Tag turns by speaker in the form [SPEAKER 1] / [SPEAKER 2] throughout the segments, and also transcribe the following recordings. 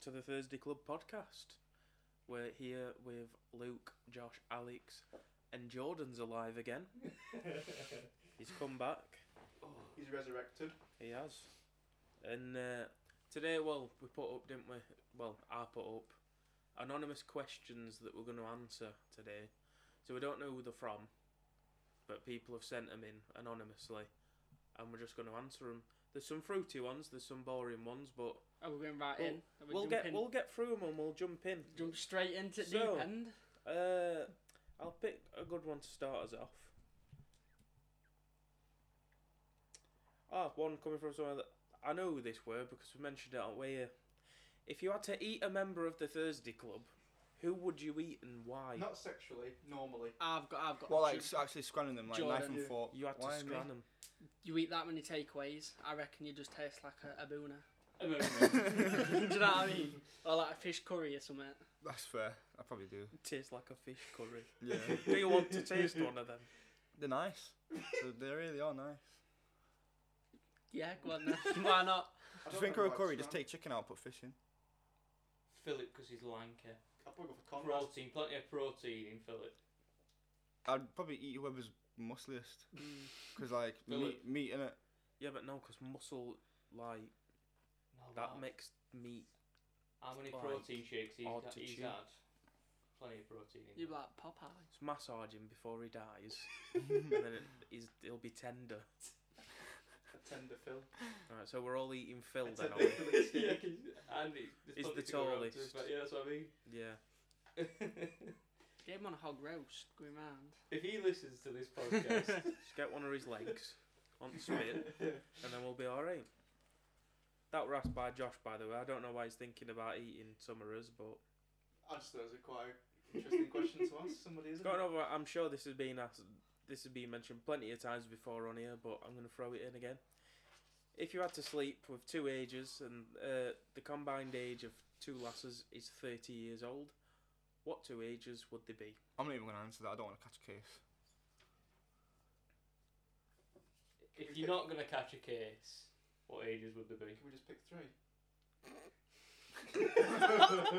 [SPEAKER 1] to the Thursday Club podcast. We're here with Luke, Josh, Alex, and Jordan's alive again. He's come back.
[SPEAKER 2] He's resurrected.
[SPEAKER 1] He has. And uh, today, well, we put up, didn't we? Well, I put up anonymous questions that we're going to answer today. So we don't know who they're from, but people have sent them in anonymously, and we're just going to answer them. There's some fruity ones, there's some boring ones, but
[SPEAKER 3] Are we Oh, going right
[SPEAKER 1] Well,
[SPEAKER 3] in? Are we
[SPEAKER 1] we'll
[SPEAKER 3] jumping,
[SPEAKER 1] get we'll get through them and we'll jump in.
[SPEAKER 3] jump straight into
[SPEAKER 1] So-
[SPEAKER 3] deep end.
[SPEAKER 1] Uh, I'll pick a good one to start us off. Ah, one coming from somewhere that I know this word because we mentioned it on the way here. If you had to eat a member of the Thursday Club, who would you eat and why?
[SPEAKER 2] Not sexually, normally.
[SPEAKER 3] I've got, I've got.
[SPEAKER 4] Well, like
[SPEAKER 3] options.
[SPEAKER 4] s- actually scanning them, like knife
[SPEAKER 3] Jordan.
[SPEAKER 4] and fork.
[SPEAKER 1] you had to
[SPEAKER 4] Why
[SPEAKER 1] scan
[SPEAKER 4] me?
[SPEAKER 1] 'em. them.
[SPEAKER 3] you eat that many takeaways, I reckon you just taste like a, a booner. Do you know what I mean? Or like a fish curry or something.
[SPEAKER 4] That's fair. I probably do.
[SPEAKER 1] Tastes like a fish curry.
[SPEAKER 4] Yeah,
[SPEAKER 1] do you want to taste one of them?
[SPEAKER 4] they're nice. They- they really are nice.
[SPEAKER 3] Yeah, go on then. Why not?
[SPEAKER 2] I
[SPEAKER 4] Just
[SPEAKER 2] don't
[SPEAKER 4] think
[SPEAKER 2] know
[SPEAKER 4] of a
[SPEAKER 2] why
[SPEAKER 4] curry.
[SPEAKER 2] it's
[SPEAKER 4] Just
[SPEAKER 2] wrong.
[SPEAKER 4] take chicken out, put fish in.
[SPEAKER 5] Philip because he's lanky.
[SPEAKER 2] I'll probably go for Conrad.
[SPEAKER 5] Protein, plenty of protein in Philip.
[SPEAKER 4] I'd probably eat whoever's muscliest,
[SPEAKER 5] Mm.
[SPEAKER 4] because like
[SPEAKER 5] Fill
[SPEAKER 4] meat, meat in it.
[SPEAKER 1] Yeah, but no, because muscle like
[SPEAKER 5] No,
[SPEAKER 1] that
[SPEAKER 5] lad.
[SPEAKER 1] mixed meat.
[SPEAKER 5] How many
[SPEAKER 1] like,
[SPEAKER 5] protein shakes he's,
[SPEAKER 1] hard
[SPEAKER 5] got-
[SPEAKER 1] to
[SPEAKER 5] he's
[SPEAKER 1] chew.
[SPEAKER 5] had? Plenty of protein in
[SPEAKER 3] You'd be
[SPEAKER 5] there.
[SPEAKER 3] like Popeye.
[SPEAKER 1] It's massaging before he dies, and then it, he's, he'll be tender.
[SPEAKER 2] A tender Phil.
[SPEAKER 1] All right, so we're all eating Phil
[SPEAKER 2] A
[SPEAKER 1] then.
[SPEAKER 2] tender
[SPEAKER 1] Are we?
[SPEAKER 2] Philly
[SPEAKER 5] yeah,
[SPEAKER 2] steak.
[SPEAKER 5] he's- and he's, there's
[SPEAKER 1] He's
[SPEAKER 5] plenty
[SPEAKER 1] the
[SPEAKER 5] to go around to,
[SPEAKER 1] tallest.
[SPEAKER 5] but yeah, that's what I mean.
[SPEAKER 1] Yeah.
[SPEAKER 3] Gave him on a hog roast going round.
[SPEAKER 5] If he listens to this podcast,
[SPEAKER 1] Just get one of his legs on the spit, and then we'll be all right. That were asked by Josh, by the way. I don't know why he's thinking about eating Summers, but
[SPEAKER 2] I just thought it was a quite an interesting question to ask somebody,
[SPEAKER 1] it's
[SPEAKER 2] isn't
[SPEAKER 1] got
[SPEAKER 2] it?
[SPEAKER 1] another. I'm sure this has been asked. This has been mentioned plenty of times before on here, but I'm going to throw it in again. If you had to sleep with two ages, and uh, the combined age of two lasses is 30 years old, what two ages would they be?
[SPEAKER 4] I'm not even gonna answer that. I don't want to catch a case.
[SPEAKER 5] if you're not going to catch a case, what ages would they be?
[SPEAKER 2] Can we just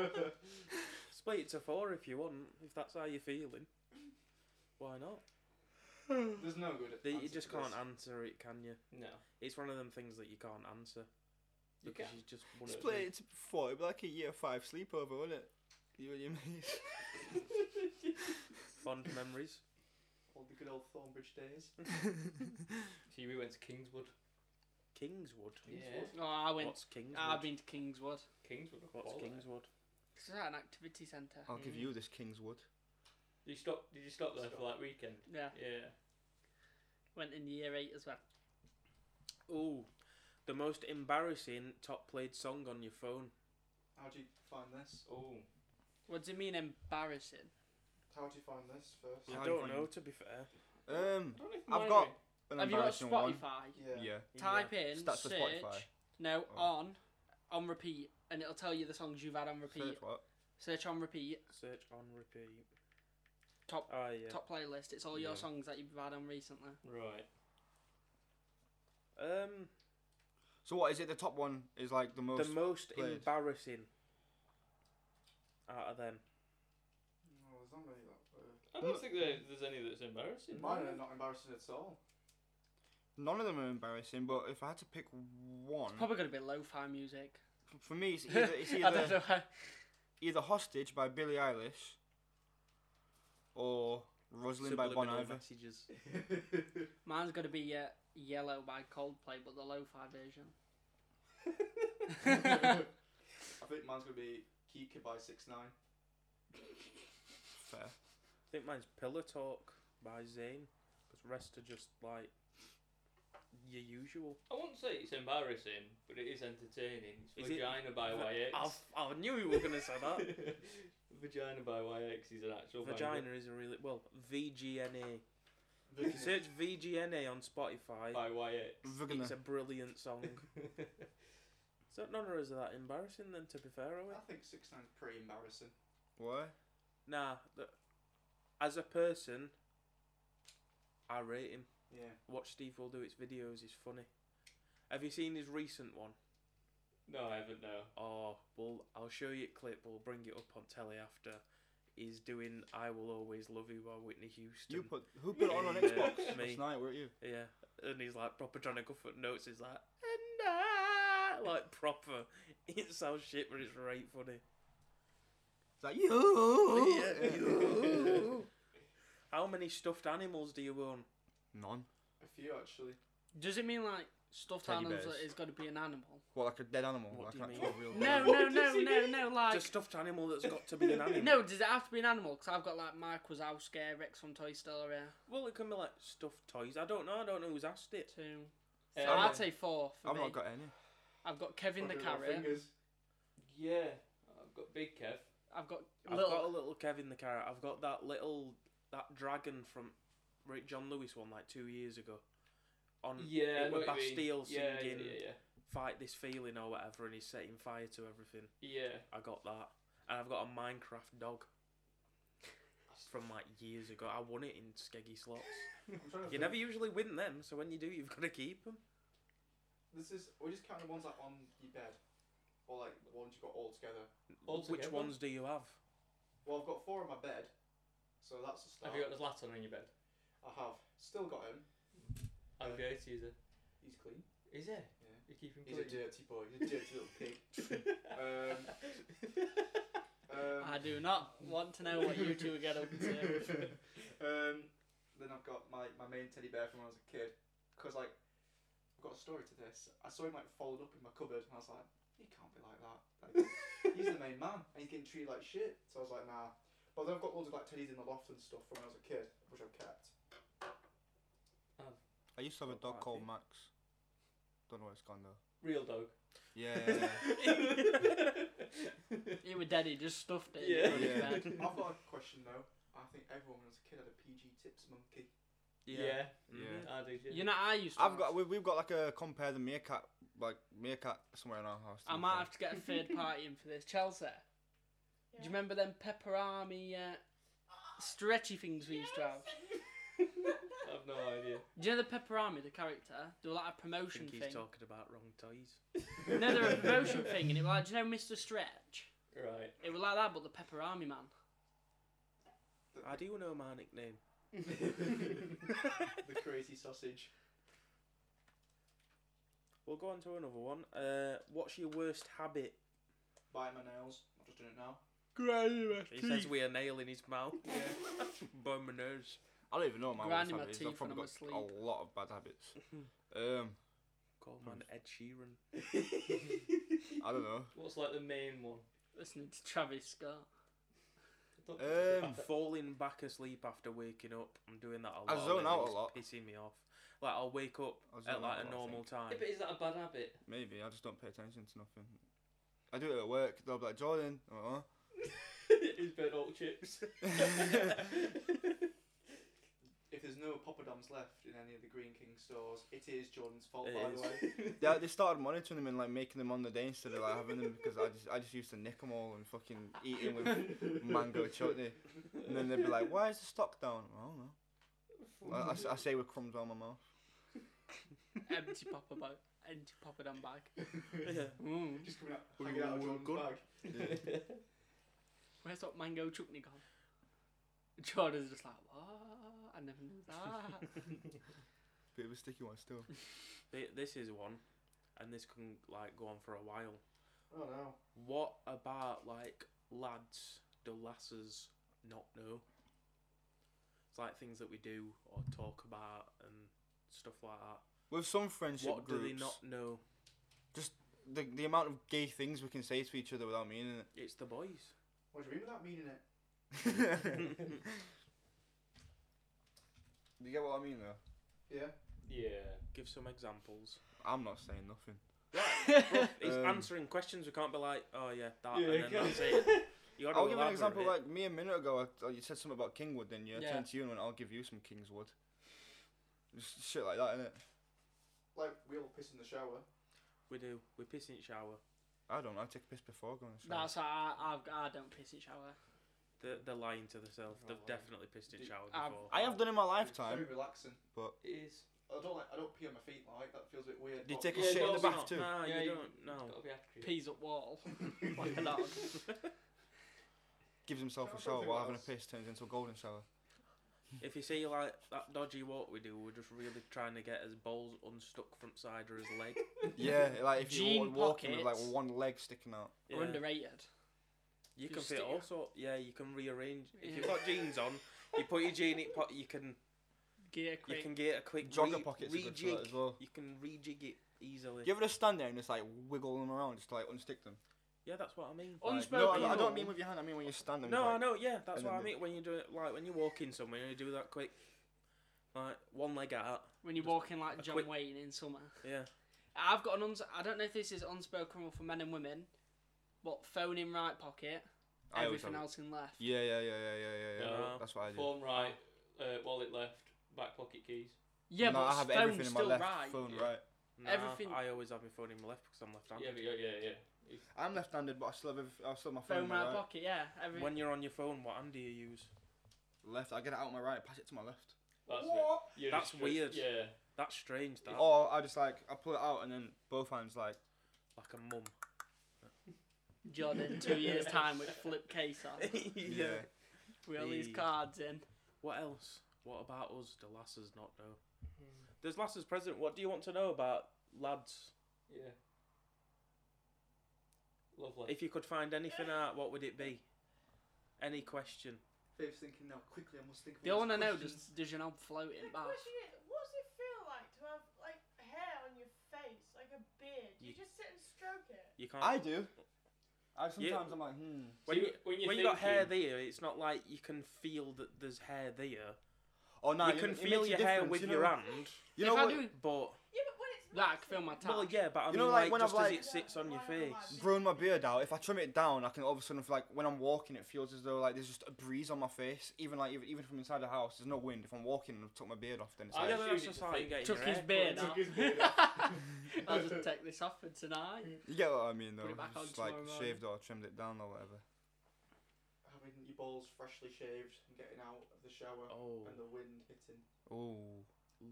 [SPEAKER 2] pick three?
[SPEAKER 1] Split it to four if you want, if that's how you're feeling. Why not?
[SPEAKER 2] There's no good
[SPEAKER 1] The, you
[SPEAKER 2] answer
[SPEAKER 1] just
[SPEAKER 2] to this.
[SPEAKER 1] can't answer it, can you?
[SPEAKER 5] No.
[SPEAKER 1] It's one of them things that you can't answer
[SPEAKER 5] You
[SPEAKER 1] because
[SPEAKER 5] can.
[SPEAKER 1] you just want to
[SPEAKER 4] Split it to four. It'd be like a year five sleepover, wouldn't it? You and your mates.
[SPEAKER 1] fond memories.
[SPEAKER 2] All the good old Thornbridge days.
[SPEAKER 5] See, we went to Kingswood.
[SPEAKER 1] Kingswood.
[SPEAKER 5] Yeah.
[SPEAKER 3] Oh, I went.
[SPEAKER 1] What's Kingswood?
[SPEAKER 3] I've been to Kingswood.
[SPEAKER 5] Kingswood. I
[SPEAKER 1] What's
[SPEAKER 5] call it.
[SPEAKER 1] Kingswood?
[SPEAKER 3] It's like an activity centre.
[SPEAKER 5] Um,
[SPEAKER 4] I'll
[SPEAKER 1] Mm.
[SPEAKER 4] give you this Kingswood.
[SPEAKER 5] Did you stop? Did you stop there for that weekend?
[SPEAKER 3] Yeah.
[SPEAKER 5] Yeah.
[SPEAKER 3] Went in year eight as well.
[SPEAKER 1] Ooh, the most embarrassing top played song on your phone.
[SPEAKER 2] How do you find this?
[SPEAKER 5] Oh.
[SPEAKER 3] What do you mean embarrassing?
[SPEAKER 2] How do you find this first?
[SPEAKER 4] Yeah.
[SPEAKER 1] I
[SPEAKER 4] How do you
[SPEAKER 1] don't
[SPEAKER 4] find
[SPEAKER 1] know.
[SPEAKER 4] it?
[SPEAKER 1] To be fair,
[SPEAKER 4] Um,
[SPEAKER 5] I don't know if
[SPEAKER 4] I've
[SPEAKER 5] mine
[SPEAKER 4] got
[SPEAKER 5] are-
[SPEAKER 4] an
[SPEAKER 3] Have you got
[SPEAKER 4] embarrassing one.
[SPEAKER 3] Spotify?
[SPEAKER 2] Yeah.
[SPEAKER 4] Yeah,
[SPEAKER 3] Type in
[SPEAKER 4] stats for
[SPEAKER 3] search.
[SPEAKER 4] Spotify.
[SPEAKER 3] No,
[SPEAKER 4] Oh.
[SPEAKER 3] on, on repeat, and it'll tell you the songs you've had on repeat.
[SPEAKER 4] Search what?
[SPEAKER 3] Search on repeat,
[SPEAKER 1] search on repeat.
[SPEAKER 3] Top-
[SPEAKER 1] Ah, yeah.
[SPEAKER 3] top playlist. It's all your
[SPEAKER 4] Yeah.
[SPEAKER 3] songs that you've had on recently.
[SPEAKER 5] Right.
[SPEAKER 1] Um,
[SPEAKER 4] So what is it? The top one is like the most.
[SPEAKER 1] the most
[SPEAKER 4] played.
[SPEAKER 1] embarrassing out of them.
[SPEAKER 2] No, there's Oh, not many that uh,
[SPEAKER 5] I don't think there, there's any that's embarrassing.
[SPEAKER 2] Mine are not embarrassing at all.
[SPEAKER 4] none of them are embarrassing. But if I had to pick one,
[SPEAKER 3] It's probably going to be lo-fi music.
[SPEAKER 4] for me, it's either, it's
[SPEAKER 3] I don't
[SPEAKER 4] either
[SPEAKER 3] know. how-
[SPEAKER 4] either Hostage by Billie Eilish or Rosalind by Bon
[SPEAKER 1] Subliminal
[SPEAKER 4] Iver.
[SPEAKER 1] messages.
[SPEAKER 3] Mine's going to be uh, Yellow by Coldplay, but the lo-fi version.
[SPEAKER 2] I think mine's gonna be Kika by Six Nine.
[SPEAKER 4] Fair.
[SPEAKER 1] I think mine's Pillow Talk by Zayn. Because rest are just like your usual.
[SPEAKER 5] I wouldn't say it's embarrassing, but it is entertaining. It's
[SPEAKER 1] Is it-
[SPEAKER 5] Vagina by
[SPEAKER 1] I,
[SPEAKER 5] YX.
[SPEAKER 1] I knew you were going to say that.
[SPEAKER 5] Vagina by YX is an actual
[SPEAKER 1] Vagina is a really well VGNA. If you
[SPEAKER 2] Vicky-
[SPEAKER 1] search VGNA on Spotify,
[SPEAKER 5] banger by YX.
[SPEAKER 1] it's a
[SPEAKER 4] Vagina.
[SPEAKER 1] brilliant song. so none of us are that embarrassing then. To be fair, are we?
[SPEAKER 2] I think Six Nine's pretty embarrassing.
[SPEAKER 4] Why?
[SPEAKER 1] Nah. th as a person, I rate him.
[SPEAKER 2] Yeah.
[SPEAKER 1] Watch Steve Will do its videos. He's funny. Have you seen his recent one?
[SPEAKER 5] No, I haven't. No.
[SPEAKER 1] Oh, well, I'll show you a clip. We'll bring it up on telly after. He's doing "I Will Always Love You" by Whitney Houston.
[SPEAKER 4] You put who put it on on
[SPEAKER 1] Yeah,
[SPEAKER 4] Xbox
[SPEAKER 1] it's me.
[SPEAKER 4] last night? Were you?
[SPEAKER 1] Yeah, and he's like proper trying to go for notes. He's like, and I, like proper. It sounds shit, but it's right funny.
[SPEAKER 4] It's like you.
[SPEAKER 1] Yeah.
[SPEAKER 4] you.
[SPEAKER 1] How many stuffed animals do you own?
[SPEAKER 4] None.
[SPEAKER 2] A few actually.
[SPEAKER 3] Does it mean like stuffed
[SPEAKER 4] Teddy
[SPEAKER 3] animals
[SPEAKER 4] bears.
[SPEAKER 3] that it's got to be an animal?
[SPEAKER 4] What like a dead animal?
[SPEAKER 1] What
[SPEAKER 4] like
[SPEAKER 1] do you
[SPEAKER 4] an
[SPEAKER 1] mean?
[SPEAKER 4] actual real
[SPEAKER 3] No,
[SPEAKER 4] dead
[SPEAKER 3] no,
[SPEAKER 5] What
[SPEAKER 3] no,
[SPEAKER 5] does he
[SPEAKER 3] no,
[SPEAKER 5] mean?
[SPEAKER 3] no. Like
[SPEAKER 1] It's a stuffed animal that's got to be an animal.
[SPEAKER 3] no, does it have to be an animal? Because I've got like Mike Wazowski, Rex from Toy Story
[SPEAKER 1] Well, it can be like stuffed toys. I don't know. I don't know who's asked it.
[SPEAKER 3] two.
[SPEAKER 5] Uh,
[SPEAKER 3] So I'd say four for
[SPEAKER 4] I've
[SPEAKER 3] me.
[SPEAKER 4] not got any.
[SPEAKER 3] I've got Kevin the
[SPEAKER 2] Fucking little
[SPEAKER 3] carrot.
[SPEAKER 2] Fingers.
[SPEAKER 5] Yeah, I've got big Kev.
[SPEAKER 3] I've got
[SPEAKER 1] I've
[SPEAKER 3] little.
[SPEAKER 1] got a little Kevin the carrot. I've got that little that dragon from Rick John Lewis one like two years ago. On
[SPEAKER 5] Yeah, I
[SPEAKER 1] it
[SPEAKER 5] know
[SPEAKER 1] were
[SPEAKER 5] what you mean.
[SPEAKER 1] Bastille
[SPEAKER 5] Yeah,
[SPEAKER 1] singing
[SPEAKER 5] yeah, yeah,
[SPEAKER 1] "Fight This Feeling" or whatever, and he's setting fire to everything.
[SPEAKER 5] yeah. yeah.
[SPEAKER 1] I got that, and I've got a Minecraft dog from like years ago. I won it in Skeggy slots.
[SPEAKER 2] I'm trying to
[SPEAKER 1] You
[SPEAKER 2] think.
[SPEAKER 1] never usually win them, so when you do, you've got to keep them.
[SPEAKER 2] This is we're just counting the ones like on your bed, or like the ones you got all together.
[SPEAKER 1] Which
[SPEAKER 5] Altogether.
[SPEAKER 1] ones do you have?
[SPEAKER 2] Well, I've got four on my bed, so that's a start.
[SPEAKER 5] Have you got the Zlatan on your bed?
[SPEAKER 2] I have. Still got him.
[SPEAKER 5] I'm
[SPEAKER 2] Uh,
[SPEAKER 5] going to use it.
[SPEAKER 2] He's clean.
[SPEAKER 5] Is it?
[SPEAKER 2] Yeah.
[SPEAKER 5] You keep him
[SPEAKER 2] He's a dirty boy. He's a dirty little pig. Um,
[SPEAKER 3] I
[SPEAKER 2] Um,
[SPEAKER 3] do not want to know what you two get up to.
[SPEAKER 2] um, then I've got my, my main teddy bear from when I was a kid. Because, like, I've got a story to this. I saw him, like, folded up in my cupboard, and I was like, he can't be like that. Like, he's the main man, and he's getting treated like shit. So I was like, nah. But then I've got loads of, like, teddies in the loft and stuff from when I was a kid, which I've kept.
[SPEAKER 4] I used to have a
[SPEAKER 1] Got
[SPEAKER 4] dog
[SPEAKER 1] that,
[SPEAKER 4] called
[SPEAKER 1] eh?
[SPEAKER 4] Max. Don't know where it's gone though.
[SPEAKER 5] Real dog.
[SPEAKER 4] Yeah.
[SPEAKER 3] You were dead, he just stuffed it.
[SPEAKER 5] Yeah.
[SPEAKER 3] in his
[SPEAKER 4] Yeah.
[SPEAKER 3] bed.
[SPEAKER 2] I've got a question, though. I think everyone when I was a kid had a PG Tips monkey.
[SPEAKER 5] yeah. Mm-hmm.
[SPEAKER 4] Yeah.
[SPEAKER 1] Mm-hmm.
[SPEAKER 5] I do. Yeah.
[SPEAKER 3] You know, I used to.
[SPEAKER 4] I've
[SPEAKER 3] have-
[SPEAKER 4] got. We've, we've got like a compare the meerkat, like meerkat somewhere in our house. to
[SPEAKER 3] I
[SPEAKER 4] be
[SPEAKER 3] might
[SPEAKER 4] fair.
[SPEAKER 3] have to get a third party in for this. Chelsea. Do you remember them pepperami uh, stretchy things we used to have?
[SPEAKER 5] I've no idea.
[SPEAKER 3] Do you know the pepperami, the character? They were like a
[SPEAKER 1] I
[SPEAKER 3] promotion
[SPEAKER 1] think he's
[SPEAKER 3] thing.
[SPEAKER 1] talking about wrong toys.
[SPEAKER 3] No, they were a promotion thing, and it was like, do you know Mr. Stretch?
[SPEAKER 5] Right.
[SPEAKER 3] It was like that, but the pepperami man.
[SPEAKER 1] I do know my nickname.
[SPEAKER 2] the crazy sausage.
[SPEAKER 1] We'll go on to another one. Uh, what's your worst habit?
[SPEAKER 2] Bite my nails. I'm just doing it now.
[SPEAKER 1] He
[SPEAKER 4] Hmm.
[SPEAKER 1] says we are nail in his mouth.
[SPEAKER 2] Yeah.
[SPEAKER 1] By my nose.
[SPEAKER 4] I don't even know what my worst
[SPEAKER 3] Grinding my
[SPEAKER 4] habit is.
[SPEAKER 3] teeth
[SPEAKER 4] I've probably
[SPEAKER 3] when
[SPEAKER 4] got
[SPEAKER 3] I'm asleep.
[SPEAKER 4] a lot of bad habits. um,
[SPEAKER 1] Call man Ed Sheeran.
[SPEAKER 4] I don't know.
[SPEAKER 5] What's like the main one?
[SPEAKER 3] Listening to Travis Scott.
[SPEAKER 5] I don't think it's
[SPEAKER 4] Um,
[SPEAKER 1] I'm falling back asleep after waking up. I'm doing that a lot.
[SPEAKER 4] I zone out
[SPEAKER 1] lately.
[SPEAKER 4] a lot.
[SPEAKER 1] It's pissing me off. Like I'll wake up
[SPEAKER 4] I zone
[SPEAKER 1] at like
[SPEAKER 4] out a lot,
[SPEAKER 1] a
[SPEAKER 4] I
[SPEAKER 1] normal
[SPEAKER 4] think.
[SPEAKER 1] time.
[SPEAKER 5] Yeah, but is that a bad habit?
[SPEAKER 4] Maybe I just don't pay attention to nothing. I do it at work. They'll be like Jordan. Uh-uh.
[SPEAKER 5] He's burnt all chips.
[SPEAKER 2] If there's no poppadoms left in any of the Green King stores, it is Jordan's fault,
[SPEAKER 1] It
[SPEAKER 2] by
[SPEAKER 1] is.
[SPEAKER 2] the way.
[SPEAKER 4] They, they started monitoring them and like making them on the day instead of like having them because I just I just used to nick them all and fucking eat them with mango chutney. And then they'd be like, "Why is the stock down?" I don't know. I, I s- I say with crumbs on my mouth.
[SPEAKER 3] Empty popper bag. Empty popper down bag.
[SPEAKER 1] yeah.
[SPEAKER 3] Mm.
[SPEAKER 4] Hmm.
[SPEAKER 2] Just coming out, hanging out of Jordan's
[SPEAKER 4] Good.
[SPEAKER 2] bag.
[SPEAKER 3] Where's that mango chutney gone? Jordan's just like, what? I never knew that.
[SPEAKER 4] Bit of a sticky one still.
[SPEAKER 1] Th- This is one, and this can like go on for a while.
[SPEAKER 2] Oh no.
[SPEAKER 1] What about like lads do lasses not know? It's like things that we do or talk about and stuff like that.
[SPEAKER 4] With some friendship
[SPEAKER 1] What do
[SPEAKER 4] groups,
[SPEAKER 1] they not know?
[SPEAKER 4] the the amount of gay things we can say to each other without meaning
[SPEAKER 1] It's the boys.
[SPEAKER 2] What do you mean without meaning it?
[SPEAKER 4] it. you get what I mean though?
[SPEAKER 2] Yeah.
[SPEAKER 5] yeah.
[SPEAKER 1] Give some examples.
[SPEAKER 4] I'm not saying nothing.
[SPEAKER 1] He's
[SPEAKER 4] Um,
[SPEAKER 1] answering questions. We can't be like, oh yeah, that,
[SPEAKER 5] Yeah,
[SPEAKER 1] and then
[SPEAKER 5] go-
[SPEAKER 1] that's it. You gotta
[SPEAKER 4] I'll give you an
[SPEAKER 1] elaborate.
[SPEAKER 4] example. Like me a minute ago, I, oh, you said something about Kingwood, then you
[SPEAKER 3] Yeah.
[SPEAKER 4] turned to you and went, "I'll give you some Kingswood." Just shit like that, innit?
[SPEAKER 2] Like we all piss in the shower.
[SPEAKER 1] we do. We piss in the shower.
[SPEAKER 4] I don't. know, I take a piss before going. to the shower.
[SPEAKER 3] That's how I, I, I don't piss in shower.
[SPEAKER 1] They're, they're lying to themselves. They've
[SPEAKER 2] Oh, wow.
[SPEAKER 1] definitely pissed in
[SPEAKER 2] Did-
[SPEAKER 1] shower
[SPEAKER 3] I've-
[SPEAKER 1] before.
[SPEAKER 4] I have done in my
[SPEAKER 2] It's
[SPEAKER 4] lifetime.
[SPEAKER 2] very relaxing.
[SPEAKER 5] It is.
[SPEAKER 2] I don't like. I don't pee on my feet like that. Feels a bit weird.
[SPEAKER 4] Do you
[SPEAKER 2] but-
[SPEAKER 4] take a
[SPEAKER 5] Yeah,
[SPEAKER 4] shit in the
[SPEAKER 5] well,
[SPEAKER 4] bath too?
[SPEAKER 1] Nah,
[SPEAKER 5] Yeah,
[SPEAKER 1] you
[SPEAKER 5] you-
[SPEAKER 1] don't. No.
[SPEAKER 5] Gotta be accurate.
[SPEAKER 3] Peas up wall. like a dog.
[SPEAKER 4] Gives
[SPEAKER 2] I
[SPEAKER 4] himself a
[SPEAKER 2] don't
[SPEAKER 4] shower
[SPEAKER 2] think
[SPEAKER 4] while having a
[SPEAKER 2] that's-
[SPEAKER 4] piss, turns into a golden shower.
[SPEAKER 1] If you see like that dodgy walk we do, we're just really trying to get his balls unstuck from side of his leg.
[SPEAKER 4] yeah, like if you were
[SPEAKER 3] Jean
[SPEAKER 4] walking with like
[SPEAKER 3] pockets.
[SPEAKER 4] one leg sticking out.
[SPEAKER 1] Yeah.
[SPEAKER 3] Are underrated.
[SPEAKER 1] You
[SPEAKER 3] You
[SPEAKER 1] can fit
[SPEAKER 3] stick
[SPEAKER 1] all
[SPEAKER 3] it.
[SPEAKER 1] sort. Yeah, you can rearrange. If you've
[SPEAKER 3] Yeah.
[SPEAKER 1] got jeans on, you put your jean in pocket. You can
[SPEAKER 3] Gear
[SPEAKER 1] you
[SPEAKER 3] quick.
[SPEAKER 1] can get a quick
[SPEAKER 4] Jogger
[SPEAKER 1] re-
[SPEAKER 4] pockets are good for that
[SPEAKER 1] rejig.
[SPEAKER 4] as well.
[SPEAKER 1] You can rejig it easily.
[SPEAKER 4] You ever just stand there and just like wiggle them around, just to, like unstick them?
[SPEAKER 1] Yeah, that's what I mean.
[SPEAKER 4] Like, no,
[SPEAKER 3] Unspoken
[SPEAKER 4] I, I don't
[SPEAKER 3] rule.
[SPEAKER 4] mean with your hand. I mean when you stand them.
[SPEAKER 1] No, I
[SPEAKER 4] like,
[SPEAKER 1] know. Yeah, that's
[SPEAKER 4] Oh,
[SPEAKER 1] what
[SPEAKER 4] and then
[SPEAKER 1] I
[SPEAKER 4] the-
[SPEAKER 1] mean. When you do it, like when you walk in somewhere, you do that quick, like one leg out.
[SPEAKER 3] when you're
[SPEAKER 1] Just
[SPEAKER 3] walking like
[SPEAKER 1] a
[SPEAKER 3] John
[SPEAKER 1] quick-
[SPEAKER 3] Wayne in summer.
[SPEAKER 1] Yeah.
[SPEAKER 3] I've got an uns- I don't know if this is unspoken rule for men and women, but phone in right pocket,
[SPEAKER 4] I always
[SPEAKER 3] everything
[SPEAKER 4] have it.
[SPEAKER 3] else in left.
[SPEAKER 4] Yeah, yeah, yeah, yeah, yeah, yeah. yeah.
[SPEAKER 1] No.
[SPEAKER 4] That's what I do.
[SPEAKER 5] Phone right, uh, wallet left, back pocket keys.
[SPEAKER 3] Yeah,
[SPEAKER 4] no,
[SPEAKER 3] but
[SPEAKER 4] I have
[SPEAKER 3] phone's
[SPEAKER 4] everything in my
[SPEAKER 3] still
[SPEAKER 4] left,
[SPEAKER 3] right.
[SPEAKER 4] phone
[SPEAKER 5] Yeah.
[SPEAKER 4] right.
[SPEAKER 1] Nah,
[SPEAKER 3] Everything-
[SPEAKER 1] I always have my phone in my left because I'm
[SPEAKER 5] Yeah,
[SPEAKER 1] left-handed.
[SPEAKER 5] but yeah, yeah, yeah.
[SPEAKER 4] I'm left-handed, but I still have every, I still have my phone,
[SPEAKER 3] Phone
[SPEAKER 4] in my
[SPEAKER 3] right
[SPEAKER 4] right.
[SPEAKER 3] pocket, yeah. Every-
[SPEAKER 1] when you're on your phone, what hand do you use?
[SPEAKER 4] Left, I get it out my right, pass it to my left.
[SPEAKER 5] That's it.
[SPEAKER 2] What?
[SPEAKER 5] You're
[SPEAKER 1] That's
[SPEAKER 5] just-
[SPEAKER 1] weird.
[SPEAKER 5] Yeah.
[SPEAKER 1] That's strange. That
[SPEAKER 4] Or I just like I pull it out and then both hands like
[SPEAKER 1] like a mum.
[SPEAKER 3] John in two years' time with flip case on,
[SPEAKER 4] yeah.
[SPEAKER 3] with all these
[SPEAKER 1] Yeah.
[SPEAKER 3] cards in.
[SPEAKER 1] What else? What about us? The lasses not know. There's lasses present. What do you want to know about lads?
[SPEAKER 5] Yeah. Lovely.
[SPEAKER 1] If you could find anything out, what would it be? Any question?
[SPEAKER 2] Faith's thinking now. Quickly, I must think.
[SPEAKER 3] They all want to know does, does your knob float in
[SPEAKER 6] The
[SPEAKER 3] bath?
[SPEAKER 6] question is, what does it feel like to have like hair on your face, like a beard? Do you
[SPEAKER 1] Ye-
[SPEAKER 6] just sit and stroke it?
[SPEAKER 1] You can't.
[SPEAKER 4] I do. I sometimes
[SPEAKER 1] Yeah.
[SPEAKER 4] I'm like hmm.
[SPEAKER 1] when you-
[SPEAKER 5] when
[SPEAKER 1] when you got hair there, it's not like you can feel that there's hair there.
[SPEAKER 4] Oh no,
[SPEAKER 1] you can feel your hair with
[SPEAKER 4] you know,
[SPEAKER 1] your hand,
[SPEAKER 4] You
[SPEAKER 3] if
[SPEAKER 4] know
[SPEAKER 3] I
[SPEAKER 4] what?
[SPEAKER 3] do
[SPEAKER 1] but
[SPEAKER 6] Yeah, but when it's
[SPEAKER 3] that, I can
[SPEAKER 6] massive-
[SPEAKER 3] feel my tongue.
[SPEAKER 1] well, yeah. But I
[SPEAKER 4] You
[SPEAKER 1] mean,
[SPEAKER 4] know, like,
[SPEAKER 1] like,
[SPEAKER 4] when I've,
[SPEAKER 1] just as
[SPEAKER 4] like-
[SPEAKER 1] it sits on your face.
[SPEAKER 4] Growing my beard out, if I trim it down, I can all of a sudden feel like when I'm walking, it feels as though like there's just a breeze on my face. Even like even, even from inside the house, there's no wind. If I'm walking and I've took my beard off, then it's
[SPEAKER 5] I
[SPEAKER 4] like
[SPEAKER 1] Yeah,
[SPEAKER 5] don't-
[SPEAKER 1] but
[SPEAKER 5] assume
[SPEAKER 1] that's just
[SPEAKER 5] it's a
[SPEAKER 1] like
[SPEAKER 5] fake-
[SPEAKER 1] getting
[SPEAKER 3] Took
[SPEAKER 1] your
[SPEAKER 3] his
[SPEAKER 1] hair
[SPEAKER 3] beard
[SPEAKER 1] cut.
[SPEAKER 5] Took
[SPEAKER 3] out.
[SPEAKER 5] his beard
[SPEAKER 3] I'll just take this off for tonight.
[SPEAKER 4] you get what I mean though.
[SPEAKER 3] Put it back on
[SPEAKER 4] just like
[SPEAKER 3] tomorrow morning.
[SPEAKER 4] shaved or trimmed it down or whatever.
[SPEAKER 2] Having your balls freshly shaved and getting out of the shower
[SPEAKER 1] Oh,
[SPEAKER 2] and the wind hitting.
[SPEAKER 4] Ooh,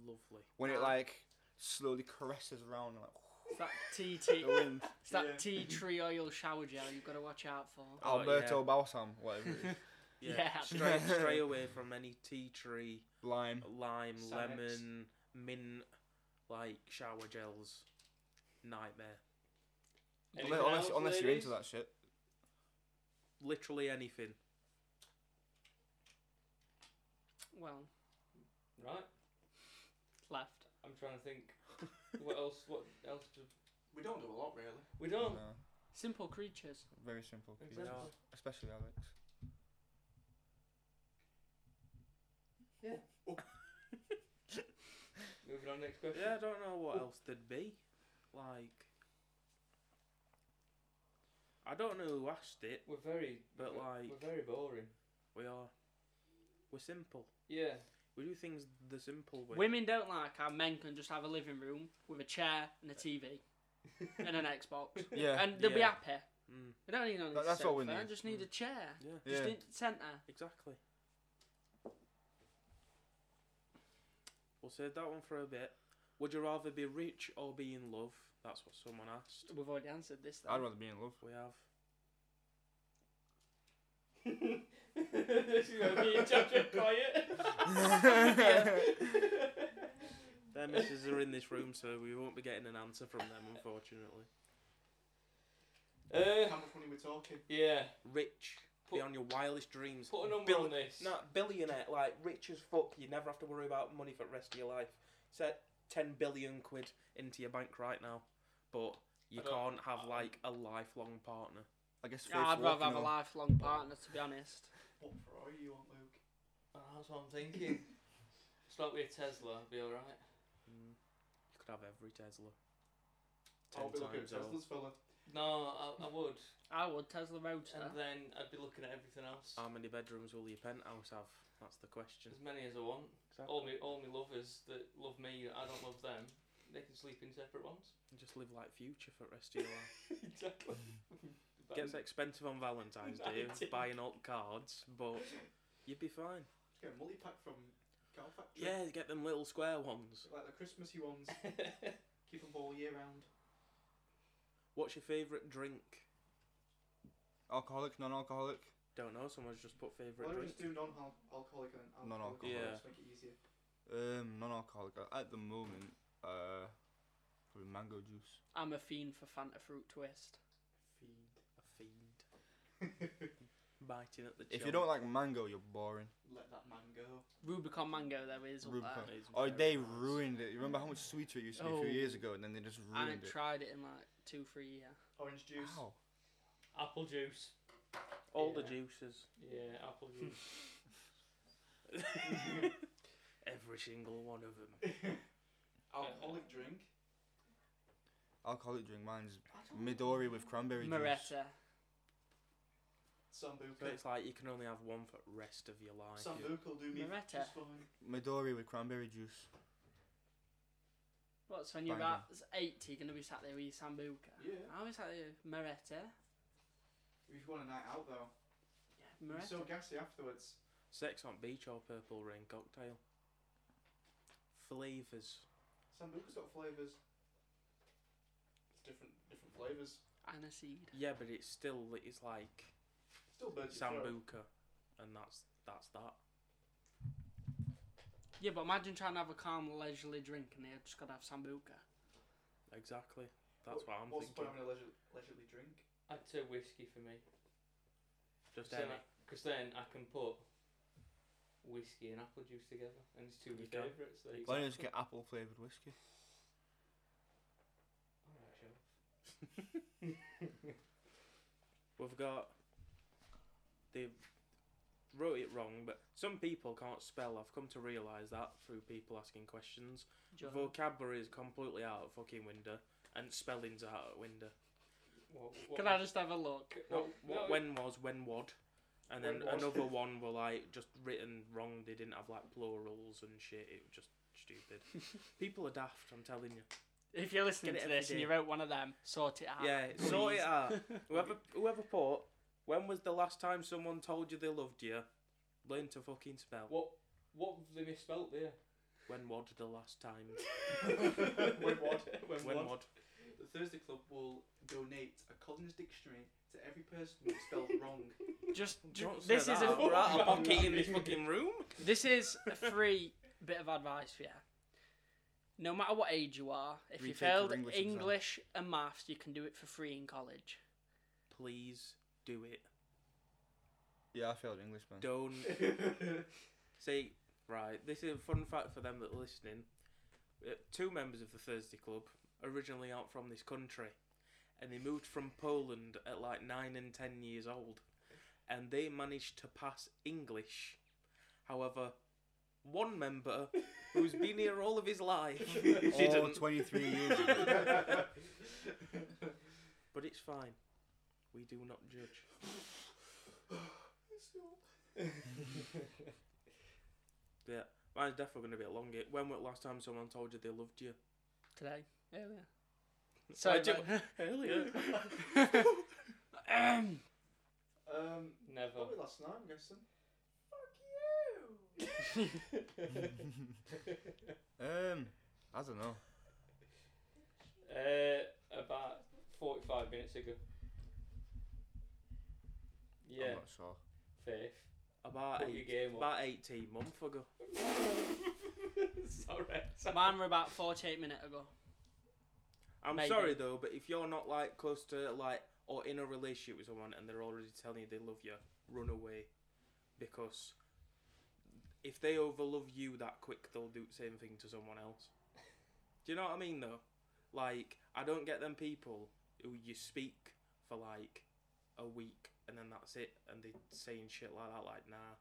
[SPEAKER 1] lovely.
[SPEAKER 4] when it
[SPEAKER 3] Ah.
[SPEAKER 4] like slowly caresses around like
[SPEAKER 3] It's that tea tea.
[SPEAKER 4] the wind.
[SPEAKER 3] It's that
[SPEAKER 2] Yeah.
[SPEAKER 3] tea tree oil shower gel you've got to watch out for.
[SPEAKER 1] Oh,
[SPEAKER 4] Alberto
[SPEAKER 1] yeah.
[SPEAKER 4] Balsam, whatever. it is.
[SPEAKER 1] Yeah.
[SPEAKER 3] Yeah.
[SPEAKER 1] Straight, stray away from any tea tree,
[SPEAKER 4] Lime.
[SPEAKER 1] lime,
[SPEAKER 2] Xanax.
[SPEAKER 1] lemon, mint, like shower gels. Nightmare.
[SPEAKER 5] Anything
[SPEAKER 4] Unless,
[SPEAKER 5] else,
[SPEAKER 4] unless you're
[SPEAKER 5] ladies?
[SPEAKER 4] into that shit.
[SPEAKER 1] Literally anything.
[SPEAKER 3] Well,
[SPEAKER 5] Right.
[SPEAKER 3] left.
[SPEAKER 5] I'm trying to think. what else? What else do
[SPEAKER 2] We don't do a lot really.
[SPEAKER 5] we
[SPEAKER 3] Oh.
[SPEAKER 5] don't?
[SPEAKER 4] No,
[SPEAKER 3] Simple creatures.
[SPEAKER 4] very simple. keys.
[SPEAKER 5] Exactly.
[SPEAKER 1] No.
[SPEAKER 4] Especially Alex.
[SPEAKER 5] Moving on. Next question.
[SPEAKER 1] Yeah, I don't know what else there'd be. Like, I don't know who asked it.
[SPEAKER 5] We're very.
[SPEAKER 1] But,
[SPEAKER 5] we're,
[SPEAKER 1] like-
[SPEAKER 5] We're very boring.
[SPEAKER 1] We are, we're simple.
[SPEAKER 5] Yeah.
[SPEAKER 1] We do things the simple way.
[SPEAKER 3] Women don't like how men can just have a living room with a chair and a TV and an Xbox.
[SPEAKER 4] Yeah.
[SPEAKER 3] And they'll be
[SPEAKER 1] Yeah.
[SPEAKER 3] happy.
[SPEAKER 1] Mm,
[SPEAKER 3] They don't need no
[SPEAKER 4] That- that's
[SPEAKER 3] sofa.
[SPEAKER 4] all we need.
[SPEAKER 3] just need a chair.
[SPEAKER 1] yeah,
[SPEAKER 4] Yeah.
[SPEAKER 3] Just need centre.
[SPEAKER 1] exactly. We'll save that one for a bit. Would you rather be rich or be in love? That's what someone asked.
[SPEAKER 3] We've already answered this though.
[SPEAKER 4] I'd rather be in love.
[SPEAKER 1] We have.
[SPEAKER 5] this is gonna be a judge of quiet.
[SPEAKER 1] Their misses are in this room, so we won't be getting an answer from them, unfortunately.
[SPEAKER 5] Uh,
[SPEAKER 3] Uh.
[SPEAKER 2] How much money we're talking?
[SPEAKER 5] yeah.
[SPEAKER 1] Rich. Be on your wildest dreams.
[SPEAKER 5] Put a number
[SPEAKER 1] Bill-
[SPEAKER 5] on this.
[SPEAKER 1] No, billionaire, like rich as fuck. You never have to worry about money for the rest of your life. Set ten billion quid into your bank right now, but you
[SPEAKER 5] I don't-
[SPEAKER 1] can't have like a lifelong partner.
[SPEAKER 4] I guess
[SPEAKER 3] Yeah, I'd
[SPEAKER 4] Faith's
[SPEAKER 3] rather
[SPEAKER 4] walking
[SPEAKER 3] have a
[SPEAKER 4] on-
[SPEAKER 3] lifelong partner to be honest.
[SPEAKER 2] What Ferrari you want, Luke?
[SPEAKER 5] Oh, that's what I'm thinking. Start with a Tesla. Be all right.
[SPEAKER 1] Mm. You could have every Tesla.
[SPEAKER 2] I'll be
[SPEAKER 1] Ten
[SPEAKER 2] looking at
[SPEAKER 1] times over.
[SPEAKER 2] Tesla's fella.
[SPEAKER 5] No, I, I would.
[SPEAKER 3] I would Tesla Roadster.
[SPEAKER 5] And then I'd be looking at everything else.
[SPEAKER 1] How many bedrooms will your penthouse have? That's the question.
[SPEAKER 5] As many as I want.
[SPEAKER 1] Exactly.
[SPEAKER 5] All me, all me lovers that love me, I don't love them. They can sleep in separate ones.
[SPEAKER 1] And Just live like future for the rest of your life.
[SPEAKER 5] exactly.
[SPEAKER 1] Gets expensive on Valentine's Day, Oh.
[SPEAKER 5] Nineteen.
[SPEAKER 1] buying alt cards, but you'd be fine.
[SPEAKER 2] Get a multi pack from Cow factory.
[SPEAKER 1] Yeah, get them little square ones.
[SPEAKER 2] Like the Christmassy ones.
[SPEAKER 5] I've
[SPEAKER 2] Keep them all year round.
[SPEAKER 1] What's your favourite drink?
[SPEAKER 4] Alcoholic, non-alcoholic.
[SPEAKER 1] Don't know. Someone's just put
[SPEAKER 2] Why
[SPEAKER 1] favourite
[SPEAKER 2] don't we
[SPEAKER 1] drink.
[SPEAKER 2] just do non-alcoholic and alcoholic?
[SPEAKER 4] Non-alcoholic.
[SPEAKER 1] Yeah.
[SPEAKER 2] Just make it easier.
[SPEAKER 4] Um, non-alcoholic Uh, at the moment. Uh, probably mango juice.
[SPEAKER 3] I'm a fiend for Fanta Fruit Twist.
[SPEAKER 2] Feed.
[SPEAKER 1] A fiend biting at the.
[SPEAKER 4] If you don't like mango, you're boring.
[SPEAKER 2] Let that man go.
[SPEAKER 3] Rubicon Mango though is up
[SPEAKER 4] Rubicon.
[SPEAKER 3] there.
[SPEAKER 4] Oh, they ruined it. You remember how much sweeter it used to be a
[SPEAKER 3] Oh.
[SPEAKER 4] few years ago, and then they just
[SPEAKER 3] I
[SPEAKER 4] ruined
[SPEAKER 3] ain't
[SPEAKER 4] it.
[SPEAKER 3] tried it in like two, three years.
[SPEAKER 2] Orange juice.
[SPEAKER 4] Ow.
[SPEAKER 5] apple juice.
[SPEAKER 1] all the
[SPEAKER 5] Yeah.
[SPEAKER 1] juices.
[SPEAKER 5] Yeah, apple juice.
[SPEAKER 1] Every single one of them.
[SPEAKER 2] Alcoholic drink.
[SPEAKER 4] Alcoholic drink. Mine's Midori with cranberry juice.
[SPEAKER 3] Moretta.
[SPEAKER 1] So
[SPEAKER 2] Sambuca.
[SPEAKER 1] it's like you can only have one for the rest of your life.
[SPEAKER 2] Sambuca will do me
[SPEAKER 3] Moretta.
[SPEAKER 2] just fine.
[SPEAKER 4] Midori with cranberry juice.
[SPEAKER 3] What's when you're
[SPEAKER 4] Banger.
[SPEAKER 3] about 80, you're going to be sat there with your Sambuca?
[SPEAKER 2] Yeah.
[SPEAKER 3] I was sat there with Moretta.
[SPEAKER 2] We've won a night out though.
[SPEAKER 3] Yeah,
[SPEAKER 2] You're
[SPEAKER 3] Moretta.
[SPEAKER 2] so gassy afterwards.
[SPEAKER 1] Sex on beach or purple rain cocktail. Flavors.
[SPEAKER 2] Sambuca's got flavours. It's different different flavours.
[SPEAKER 3] Aniseed.
[SPEAKER 1] Yeah, but it's still it's like
[SPEAKER 2] Still burns your throat.
[SPEAKER 1] sambuca, and that's that's that.
[SPEAKER 3] Yeah, but imagine trying to have a calm, leisurely drink and they're just got to have Sambuca.
[SPEAKER 1] Exactly. That's what I'm
[SPEAKER 2] What's the
[SPEAKER 1] thinking.
[SPEAKER 2] point of having a leisure, leisurely drink?
[SPEAKER 5] I'd say whiskey for me.
[SPEAKER 1] Just
[SPEAKER 5] then
[SPEAKER 1] any.
[SPEAKER 5] I- Cause then I can put whiskey and apple juice together, and it's two of
[SPEAKER 1] You
[SPEAKER 5] my
[SPEAKER 1] can.
[SPEAKER 5] favourites. There you
[SPEAKER 4] Why don't
[SPEAKER 5] go.
[SPEAKER 4] you just get apple flavored whiskey?
[SPEAKER 5] Alright, sure.
[SPEAKER 1] We've got. They wrote it wrong, but some people can't spell. I've come to realise that through people asking questions.
[SPEAKER 3] John.
[SPEAKER 1] Vocabulary is completely out of fucking window, and spelling's out of window.
[SPEAKER 5] What, what,
[SPEAKER 3] Can I just have a look?
[SPEAKER 1] What,
[SPEAKER 5] no,
[SPEAKER 1] what when was, when wad. And then
[SPEAKER 5] When wad.
[SPEAKER 1] another one were like just written wrong. They didn't have like plurals and shit. It was just stupid. people are daft. I'm telling you.
[SPEAKER 3] If you're listening
[SPEAKER 1] Get it
[SPEAKER 3] to
[SPEAKER 1] every
[SPEAKER 3] this and
[SPEAKER 1] day.
[SPEAKER 3] you wrote one of them, sort it out.
[SPEAKER 1] Yeah, sort it
[SPEAKER 3] Ah, please.
[SPEAKER 1] out. Whoever whoever put when was the last time someone told you they loved you? Learn to fucking spell.
[SPEAKER 5] what what have they misspelt there?
[SPEAKER 1] When was the last time?
[SPEAKER 2] When what?
[SPEAKER 5] When,
[SPEAKER 1] When
[SPEAKER 5] what?
[SPEAKER 1] was?
[SPEAKER 2] The Thursday Club will donate a Collins dictionary to every person who spelled wrong.
[SPEAKER 3] Just, ju-
[SPEAKER 1] Don't say
[SPEAKER 3] this is
[SPEAKER 1] that.
[SPEAKER 3] a,
[SPEAKER 1] We're out of
[SPEAKER 5] Oh,
[SPEAKER 1] pocket in
[SPEAKER 5] no.
[SPEAKER 1] this fucking room.
[SPEAKER 3] this is a free bit of advice for you. No matter what age you are, if you
[SPEAKER 4] Retake
[SPEAKER 3] failed
[SPEAKER 4] your English exam.
[SPEAKER 3] English and maths, you can do it for free in college.
[SPEAKER 1] Please do it.
[SPEAKER 4] Yeah, I failed English, man.
[SPEAKER 1] Don't See, right, this is a fun fact for them that are listening. Uh, Two members of the Thursday Club originally aren't from this country, and they moved from Poland at like nine and ten years old, and they managed to pass English. However, one member who's been here all of his life
[SPEAKER 4] All
[SPEAKER 1] didn't.
[SPEAKER 4] 23 years ago.
[SPEAKER 1] But it's fine. We do not judge. Yeah, mine's definitely going to be a long it. When was the last time someone told you they loved you?
[SPEAKER 3] Today, earlier.
[SPEAKER 1] I
[SPEAKER 3] So,
[SPEAKER 1] do-
[SPEAKER 3] but-
[SPEAKER 1] Earlier.
[SPEAKER 3] um,
[SPEAKER 4] Uh-huh.
[SPEAKER 2] um,
[SPEAKER 5] Never.
[SPEAKER 2] probably last night, I'm guessing.
[SPEAKER 6] Fuck you!
[SPEAKER 4] um, I don't know.
[SPEAKER 5] Uh, about forty-five minutes ago.
[SPEAKER 4] I'm
[SPEAKER 5] Yeah,
[SPEAKER 4] not sure.
[SPEAKER 5] faith.
[SPEAKER 1] about
[SPEAKER 5] Put your
[SPEAKER 1] eight,
[SPEAKER 5] game up.
[SPEAKER 1] about 18 months ago.
[SPEAKER 5] Sorry.
[SPEAKER 3] mine were about 48 minutes ago.
[SPEAKER 1] I'm
[SPEAKER 3] Maybe.
[SPEAKER 1] sorry though, but if you're not like close to like or in a relationship with someone and they're already telling you they love you, run away, because if they overlove you that quick, they'll do the same thing to someone else. do you know what I mean though? Like I don't get them people who you speak for like a week and then that's it, and they saying shit like that. Like nah,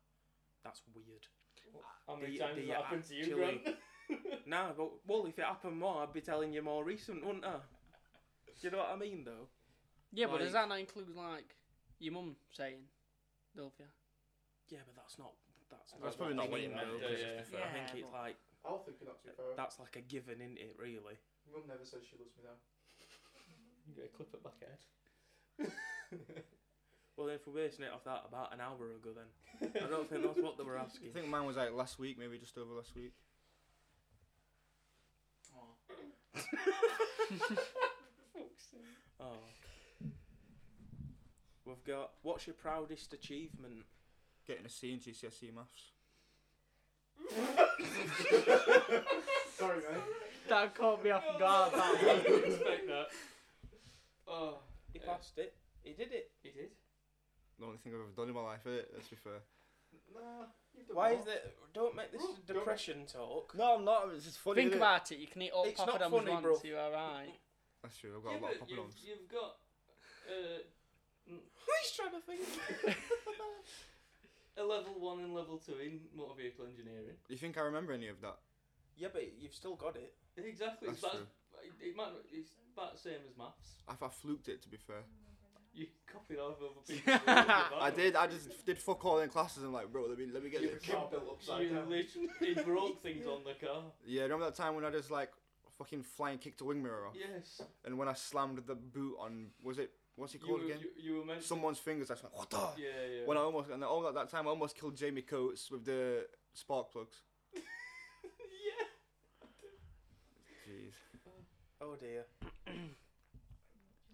[SPEAKER 1] that's weird.
[SPEAKER 5] How many
[SPEAKER 1] The-
[SPEAKER 5] times has
[SPEAKER 1] the
[SPEAKER 5] that happened to you,
[SPEAKER 1] actually-
[SPEAKER 5] Grant?
[SPEAKER 1] Nah, but well, if it happened more, I'd be telling you more recent, wouldn't I? Do you know what I mean though?
[SPEAKER 3] Yeah, but does
[SPEAKER 1] Like-
[SPEAKER 3] that not include, like, your mum saying, love you?
[SPEAKER 1] Yeah, but that's not. That's,
[SPEAKER 5] That's
[SPEAKER 1] not
[SPEAKER 4] That's probably
[SPEAKER 1] what
[SPEAKER 4] not
[SPEAKER 1] they
[SPEAKER 4] what
[SPEAKER 5] I
[SPEAKER 4] you
[SPEAKER 1] mean,
[SPEAKER 5] meant,
[SPEAKER 1] though,
[SPEAKER 5] though,
[SPEAKER 1] because
[SPEAKER 5] yeah.
[SPEAKER 1] it's different. I
[SPEAKER 3] Yeah,
[SPEAKER 1] think it's
[SPEAKER 3] but-
[SPEAKER 1] like
[SPEAKER 2] I'll think of that to be fair.
[SPEAKER 1] that's like a given, isn't it? Really.
[SPEAKER 2] Mum never says she loves me though.
[SPEAKER 5] You got a clip at back head.
[SPEAKER 1] Well, if we're basing it off that, about an hour ago, then I don't think that's what they were
[SPEAKER 4] I
[SPEAKER 1] asking.
[SPEAKER 4] think mine was like last week, maybe just over last week.
[SPEAKER 2] Oh.
[SPEAKER 1] Oh. We've got what's your proudest achievement?
[SPEAKER 4] Getting a C in GCSE maths.
[SPEAKER 2] Sorry, mate.
[SPEAKER 3] That caught me off guard.
[SPEAKER 5] I
[SPEAKER 3] That one.
[SPEAKER 5] didn't expect that. Oh,
[SPEAKER 1] He
[SPEAKER 5] Yeah.
[SPEAKER 1] passed it. He did it.
[SPEAKER 5] he did.
[SPEAKER 4] The only thing I've ever done in my life, is it? Let's be fair.
[SPEAKER 2] Nah, you've done
[SPEAKER 1] Why
[SPEAKER 2] well.
[SPEAKER 1] is that? Don't make this
[SPEAKER 2] Bro,
[SPEAKER 1] a depression talk.
[SPEAKER 4] No, I'm not. It's just funny.
[SPEAKER 3] Think
[SPEAKER 4] innit?
[SPEAKER 3] about it. You can eat all
[SPEAKER 1] It's
[SPEAKER 3] Papa
[SPEAKER 1] not
[SPEAKER 3] Dom's
[SPEAKER 1] funny,
[SPEAKER 3] once.
[SPEAKER 1] bro.
[SPEAKER 3] You're alright.
[SPEAKER 4] That's true. I've got a
[SPEAKER 5] yeah,
[SPEAKER 4] lot of
[SPEAKER 5] but
[SPEAKER 4] papa
[SPEAKER 5] you've,
[SPEAKER 4] dons.
[SPEAKER 5] you've got. Uh,
[SPEAKER 1] He's trying to think.
[SPEAKER 5] a level one and level two in motor vehicle engineering.
[SPEAKER 4] You think I remember any of that?
[SPEAKER 1] yeah, but you've still got it.
[SPEAKER 5] Exactly.
[SPEAKER 4] That's
[SPEAKER 5] that's, It might, it's about the same as maths.
[SPEAKER 4] I, I fluked it, to be fair.
[SPEAKER 5] You copied off other people.
[SPEAKER 4] I did. I just did fuck all in classes. and like, bro, let me let me get
[SPEAKER 5] Oh. You
[SPEAKER 4] this.
[SPEAKER 5] can't-
[SPEAKER 2] Car built upside
[SPEAKER 5] You
[SPEAKER 2] down.
[SPEAKER 5] literally broke things on the car.
[SPEAKER 4] Yeah, remember that time when I just like fucking flying kicked a wing mirror off,
[SPEAKER 5] Yes.
[SPEAKER 4] and when I slammed the boot on, was it what's he
[SPEAKER 5] You,
[SPEAKER 4] called
[SPEAKER 5] were-
[SPEAKER 4] again?
[SPEAKER 5] you, you were meant.
[SPEAKER 4] Someone's fingers. I just went, what the?
[SPEAKER 5] Yeah, yeah.
[SPEAKER 4] When I almost and all at that time, I almost killed Jamie Coates with the spark plugs.
[SPEAKER 5] yeah.
[SPEAKER 4] Jeez.
[SPEAKER 1] Oh dear.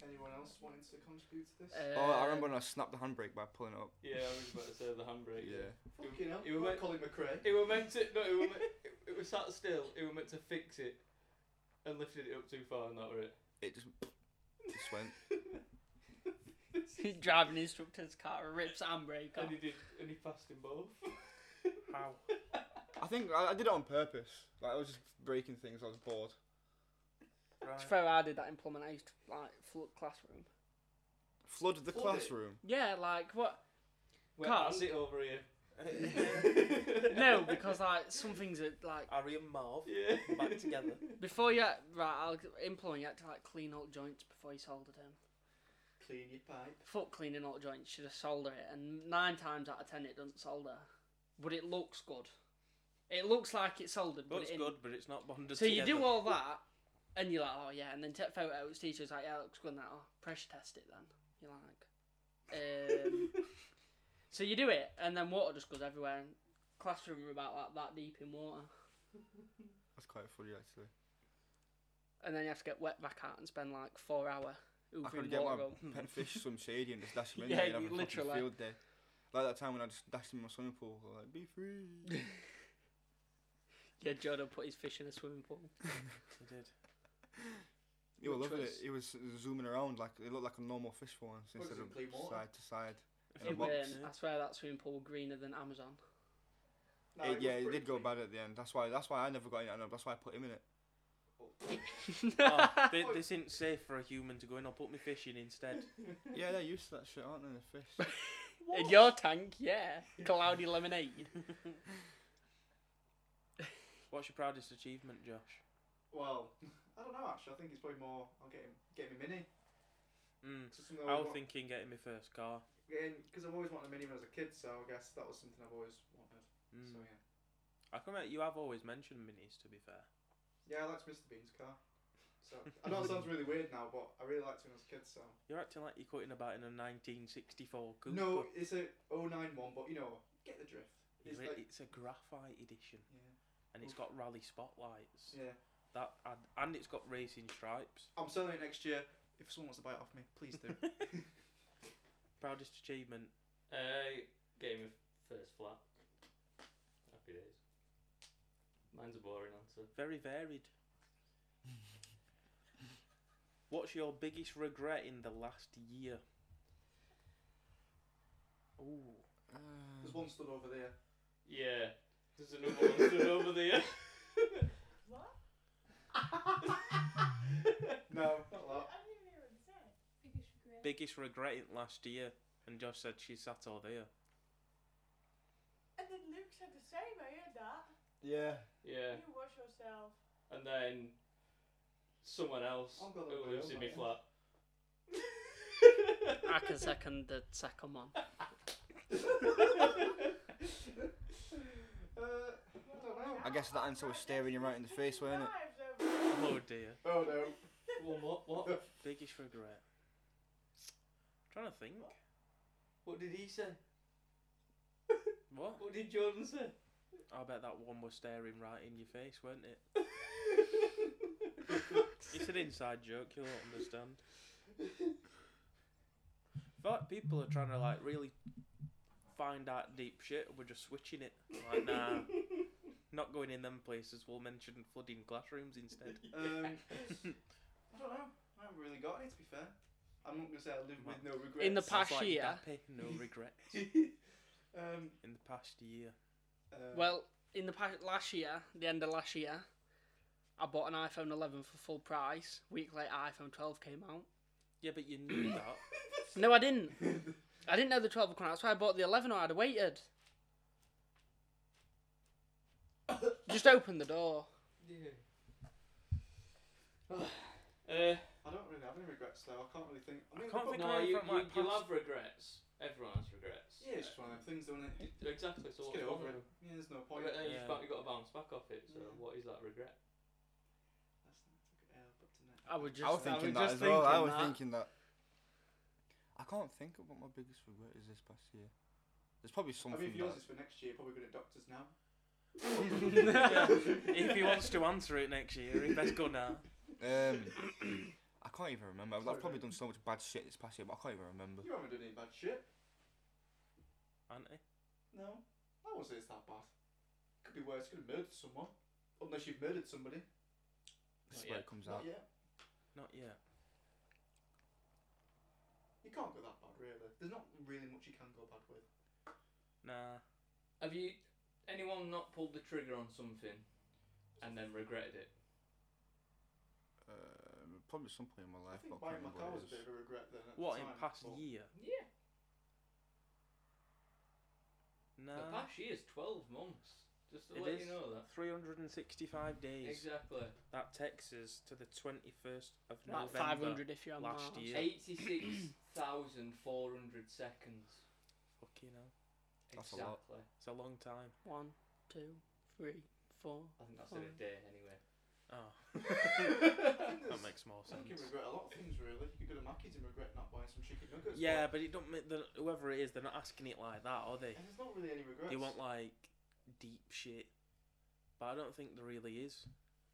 [SPEAKER 2] Anyone else wanting to contribute to this?
[SPEAKER 4] oh, I
[SPEAKER 3] Uh,
[SPEAKER 4] remember when I snapped the handbrake by pulling it up.
[SPEAKER 5] Yeah, I was about to say the handbrake.
[SPEAKER 4] Yeah.
[SPEAKER 2] Fucking hell.
[SPEAKER 5] you were
[SPEAKER 2] You were
[SPEAKER 5] meant-
[SPEAKER 2] Colin McRae.
[SPEAKER 5] It were meant to. No, it were meant, it, it was sat still. It were meant to fix it, and lifted it up too far, and that were it.
[SPEAKER 4] It just just went.
[SPEAKER 3] Uh, driving instructor's car rips handbrake
[SPEAKER 5] And
[SPEAKER 3] off.
[SPEAKER 5] he did, and he passed him both.
[SPEAKER 1] How?
[SPEAKER 4] I think I, I did it on purpose. Like I was just breaking things. I was bored.
[SPEAKER 1] Right.
[SPEAKER 3] To be fair, I did that in plumbing. I used to like flood classroom.
[SPEAKER 4] Flooded the
[SPEAKER 2] Flooded?
[SPEAKER 4] classroom.
[SPEAKER 3] Yeah, like what?
[SPEAKER 5] Went,
[SPEAKER 3] Carl?
[SPEAKER 5] pass it over here.
[SPEAKER 3] No, because like some things are like
[SPEAKER 1] Harry and Marv
[SPEAKER 5] Yeah.
[SPEAKER 1] back together.
[SPEAKER 3] before you right. I'll employ you had to like clean all joints before you soldered them.
[SPEAKER 2] Clean your pipe.
[SPEAKER 3] Fuck cleaning all joints. Should have soldered it, and nine times out of ten it doesn't solder, but it looks good. It looks like it's soldered, but
[SPEAKER 1] Looks
[SPEAKER 3] it ain't.
[SPEAKER 1] good, but it's not bonded
[SPEAKER 3] So you
[SPEAKER 1] together.
[SPEAKER 3] do all that, and you're like, oh yeah, and then take photos. Teacher's like, yeah, it looks good now. Oh, pressure test it then. You're like, um, so you do it, and then water just goes everywhere. And classroom are about like that deep in water,
[SPEAKER 4] That's quite funny actually.
[SPEAKER 3] and then you have to get wet back out and spend like four hour
[SPEAKER 4] I could
[SPEAKER 3] hoovering
[SPEAKER 4] get my
[SPEAKER 3] water up.
[SPEAKER 4] pet fish swim shady and just dash him in
[SPEAKER 3] Yeah,
[SPEAKER 4] there and
[SPEAKER 3] you
[SPEAKER 4] have a
[SPEAKER 3] literally-
[SPEAKER 4] fucking field day. Like that time when I just dashed him in my swimming pool. I was Like be free.
[SPEAKER 3] Yeah, Jodo put his fish in a swimming pool.
[SPEAKER 1] He did.
[SPEAKER 4] He was
[SPEAKER 3] Which
[SPEAKER 4] loving it.
[SPEAKER 3] was-
[SPEAKER 4] He was zooming around like it looked like a normal fish for once
[SPEAKER 2] Well,
[SPEAKER 4] instead
[SPEAKER 2] it's
[SPEAKER 4] of
[SPEAKER 2] in clean water.
[SPEAKER 4] side to side.
[SPEAKER 1] If
[SPEAKER 4] In a
[SPEAKER 3] It
[SPEAKER 1] you
[SPEAKER 4] box.
[SPEAKER 1] weren't,
[SPEAKER 3] went- I swear that swimming pool greener than Amazon.
[SPEAKER 2] No,
[SPEAKER 4] It-
[SPEAKER 2] was
[SPEAKER 4] yeah, it
[SPEAKER 2] pretty
[SPEAKER 4] did go
[SPEAKER 2] clean.
[SPEAKER 4] bad at the end. That's why. That's why I never got in. it, And that's why I put him in it.
[SPEAKER 1] oh, thi- this isn't safe for a human to go in. I'll put my fish in instead.
[SPEAKER 4] Yeah, they're used to that shit, aren't they? The fish.
[SPEAKER 3] In your tank, yeah, cloudy lemonade.
[SPEAKER 1] What's your proudest achievement, Josh?
[SPEAKER 2] Well, I don't know actually. I think it's probably more. I'll get him, get him a mini.
[SPEAKER 1] Mm.
[SPEAKER 2] It's something I
[SPEAKER 1] I
[SPEAKER 2] always
[SPEAKER 1] was
[SPEAKER 2] wa-
[SPEAKER 1] thinking getting my first car.
[SPEAKER 2] because I've always wanted a mini when I was a kid, so I guess that was something I've always wanted.
[SPEAKER 1] Mm.
[SPEAKER 2] So yeah,
[SPEAKER 1] I come at you have always mentioned minis. To be fair,
[SPEAKER 2] yeah, I liked Mr Bean's car. So I know it sounds really weird now, but I really liked it when I was a kid. So
[SPEAKER 1] you're acting like you're quoting about in a 1964 Cooper.
[SPEAKER 2] no, it's a 091, but you know, get the drift.
[SPEAKER 1] it's,
[SPEAKER 2] It's like
[SPEAKER 1] it's a graphite edition,
[SPEAKER 2] yeah,
[SPEAKER 1] and it's
[SPEAKER 2] Oof.
[SPEAKER 1] got rally spotlights.
[SPEAKER 2] yeah.
[SPEAKER 1] That and, and it's got racing stripes.
[SPEAKER 2] I'm selling it next year. If someone wants to buy it off me, please do.
[SPEAKER 1] Proudest achievement.
[SPEAKER 5] Uh, game of first flat. Happy days. Mine's a boring answer.
[SPEAKER 1] Very varied. What's your biggest regret in the last year? Ooh.
[SPEAKER 2] There's one stood over there.
[SPEAKER 5] Yeah. There's another one stood over there.
[SPEAKER 6] What?
[SPEAKER 2] No, not a
[SPEAKER 6] I
[SPEAKER 2] lot.
[SPEAKER 6] didn't even hear what you said. Biggest regret.
[SPEAKER 1] Biggest regret in last year, and Josh said she sat all there.
[SPEAKER 6] And then Luke said the same. I heard that.
[SPEAKER 4] yeah.
[SPEAKER 5] Yeah.
[SPEAKER 6] You wash yourself.
[SPEAKER 5] And then someone else
[SPEAKER 2] I've got
[SPEAKER 5] who
[SPEAKER 2] that
[SPEAKER 5] lives in my
[SPEAKER 2] going
[SPEAKER 5] flat.
[SPEAKER 3] I can second the second one.
[SPEAKER 2] Uh, I don't know.
[SPEAKER 4] I guess that answer
[SPEAKER 6] "Oh,
[SPEAKER 4] was staring you right in the face, wasn't it?
[SPEAKER 1] Oh dear.
[SPEAKER 2] Oh no.
[SPEAKER 5] Well, what? What?
[SPEAKER 1] Biggest regret. trying to think.
[SPEAKER 5] What did he say?
[SPEAKER 1] What?
[SPEAKER 5] What did Jordan say?
[SPEAKER 1] I bet that one was staring right in your face, weren't it? It's
[SPEAKER 5] it's
[SPEAKER 1] an inside joke. You'll understand. But people are trying to like really find out deep shit. We're just switching it. Like, nah, not going in them places. We'll mention flooding classrooms instead.
[SPEAKER 2] Um, I don't know. I haven't really got any, to be fair. I'm not going to say I live with no regrets.
[SPEAKER 3] In the
[SPEAKER 1] That's like
[SPEAKER 3] past year.
[SPEAKER 1] Dappy, no regret.
[SPEAKER 2] um,
[SPEAKER 1] In the past year.
[SPEAKER 2] uh,
[SPEAKER 3] Well, in the past, last year, the end of last year, I bought an iPhone 11 for full price. Week later, iPhone 12 came out.
[SPEAKER 1] Yeah, but you knew that.
[SPEAKER 3] No, I didn't. I didn't know the 12 would come out. That's why I bought the 11 or I'd have waited. Just open the door.
[SPEAKER 5] yeah. uh,
[SPEAKER 2] I don't really have any regrets though. I can't really think. I, mean,
[SPEAKER 1] can't
[SPEAKER 2] but-
[SPEAKER 1] think
[SPEAKER 5] no,
[SPEAKER 1] away
[SPEAKER 5] you,
[SPEAKER 1] from,
[SPEAKER 5] you,
[SPEAKER 1] like,
[SPEAKER 5] you'll
[SPEAKER 1] past-
[SPEAKER 5] have regrets. Everyone has regrets.
[SPEAKER 2] Yeah, it's just one of them things, don't it?
[SPEAKER 5] Y- Exactly.
[SPEAKER 2] Just
[SPEAKER 5] So what's
[SPEAKER 2] get
[SPEAKER 5] wrong
[SPEAKER 2] over
[SPEAKER 5] with
[SPEAKER 2] it.
[SPEAKER 5] them?
[SPEAKER 2] Yeah, there's no
[SPEAKER 5] But
[SPEAKER 2] point.
[SPEAKER 5] then
[SPEAKER 1] Yeah.
[SPEAKER 5] you've got, you got to bounce back off it. So
[SPEAKER 2] Yeah.
[SPEAKER 5] what is that regret?
[SPEAKER 2] That's not a good air, but to know.
[SPEAKER 3] I was just
[SPEAKER 4] I was
[SPEAKER 3] I
[SPEAKER 4] thinking
[SPEAKER 3] was
[SPEAKER 4] that
[SPEAKER 3] just
[SPEAKER 4] as well. I
[SPEAKER 3] thinking
[SPEAKER 4] was
[SPEAKER 3] that.
[SPEAKER 4] thinking that. I can't think of what my biggest regret is this past year. There's probably
[SPEAKER 2] I
[SPEAKER 4] something.
[SPEAKER 2] mean, if yours
[SPEAKER 4] that-
[SPEAKER 2] is for next year, you're probably going to doctors now.
[SPEAKER 1] if he wants to answer it next year, he best go now.
[SPEAKER 4] Um, I can't even remember. I've,
[SPEAKER 2] Sorry,
[SPEAKER 4] I've probably
[SPEAKER 2] mate.
[SPEAKER 4] done so much bad shit this past year, but I can't even remember.
[SPEAKER 2] You haven't done any bad shit.
[SPEAKER 1] Aren't he?
[SPEAKER 2] No. I won't say it's that bad. Could be worse. Could have murdered someone. Unless you've murdered somebody.
[SPEAKER 4] This is
[SPEAKER 5] Not
[SPEAKER 4] where
[SPEAKER 5] yet.
[SPEAKER 4] it comes
[SPEAKER 2] Not
[SPEAKER 4] out.
[SPEAKER 2] yet.
[SPEAKER 1] Not yet.
[SPEAKER 2] You can't go that bad, really. There's not really much you can go bad with.
[SPEAKER 1] Nah.
[SPEAKER 5] Have you anyone not pulled the trigger on something and then regretted it?
[SPEAKER 4] Um, probably some point in my
[SPEAKER 2] I
[SPEAKER 4] life.
[SPEAKER 2] think
[SPEAKER 4] but I
[SPEAKER 2] buying my
[SPEAKER 4] can't remember
[SPEAKER 2] car
[SPEAKER 4] what
[SPEAKER 2] was a
[SPEAKER 4] it
[SPEAKER 2] bit
[SPEAKER 4] is.
[SPEAKER 2] of a regret then. At
[SPEAKER 1] What
[SPEAKER 2] the
[SPEAKER 1] in
[SPEAKER 2] time,
[SPEAKER 1] past
[SPEAKER 2] but-
[SPEAKER 1] year?
[SPEAKER 5] Yeah. The
[SPEAKER 1] Nah.
[SPEAKER 5] past year's twelve months. Just to
[SPEAKER 1] It
[SPEAKER 5] let
[SPEAKER 1] is.
[SPEAKER 5] you know that.
[SPEAKER 1] 365 days.
[SPEAKER 5] Exactly.
[SPEAKER 1] That takes us to the 21st of
[SPEAKER 3] About
[SPEAKER 1] November.
[SPEAKER 3] 500 if you're on
[SPEAKER 1] last
[SPEAKER 3] Mars.
[SPEAKER 1] year. Yeah.
[SPEAKER 5] Eighty-six thousand four hundred seconds.
[SPEAKER 1] Fucking hell.
[SPEAKER 4] That's a
[SPEAKER 5] exactly.
[SPEAKER 4] lot.
[SPEAKER 1] It's a long time.
[SPEAKER 3] One, two, three, four.
[SPEAKER 5] I think that's in a day anyway.
[SPEAKER 1] Oh,
[SPEAKER 2] I think
[SPEAKER 1] that
[SPEAKER 2] there's-
[SPEAKER 1] makes more
[SPEAKER 2] I think you
[SPEAKER 1] sense.
[SPEAKER 2] can regret a lot of things, really. You could go to Mackey's and regret not buying some chicken nuggets. but-
[SPEAKER 1] Yeah, but it don't make the whoever it is, they're not asking it like that, are they?
[SPEAKER 2] And there's not really any regrets.
[SPEAKER 1] They want like deep shit. But I don't think there really is.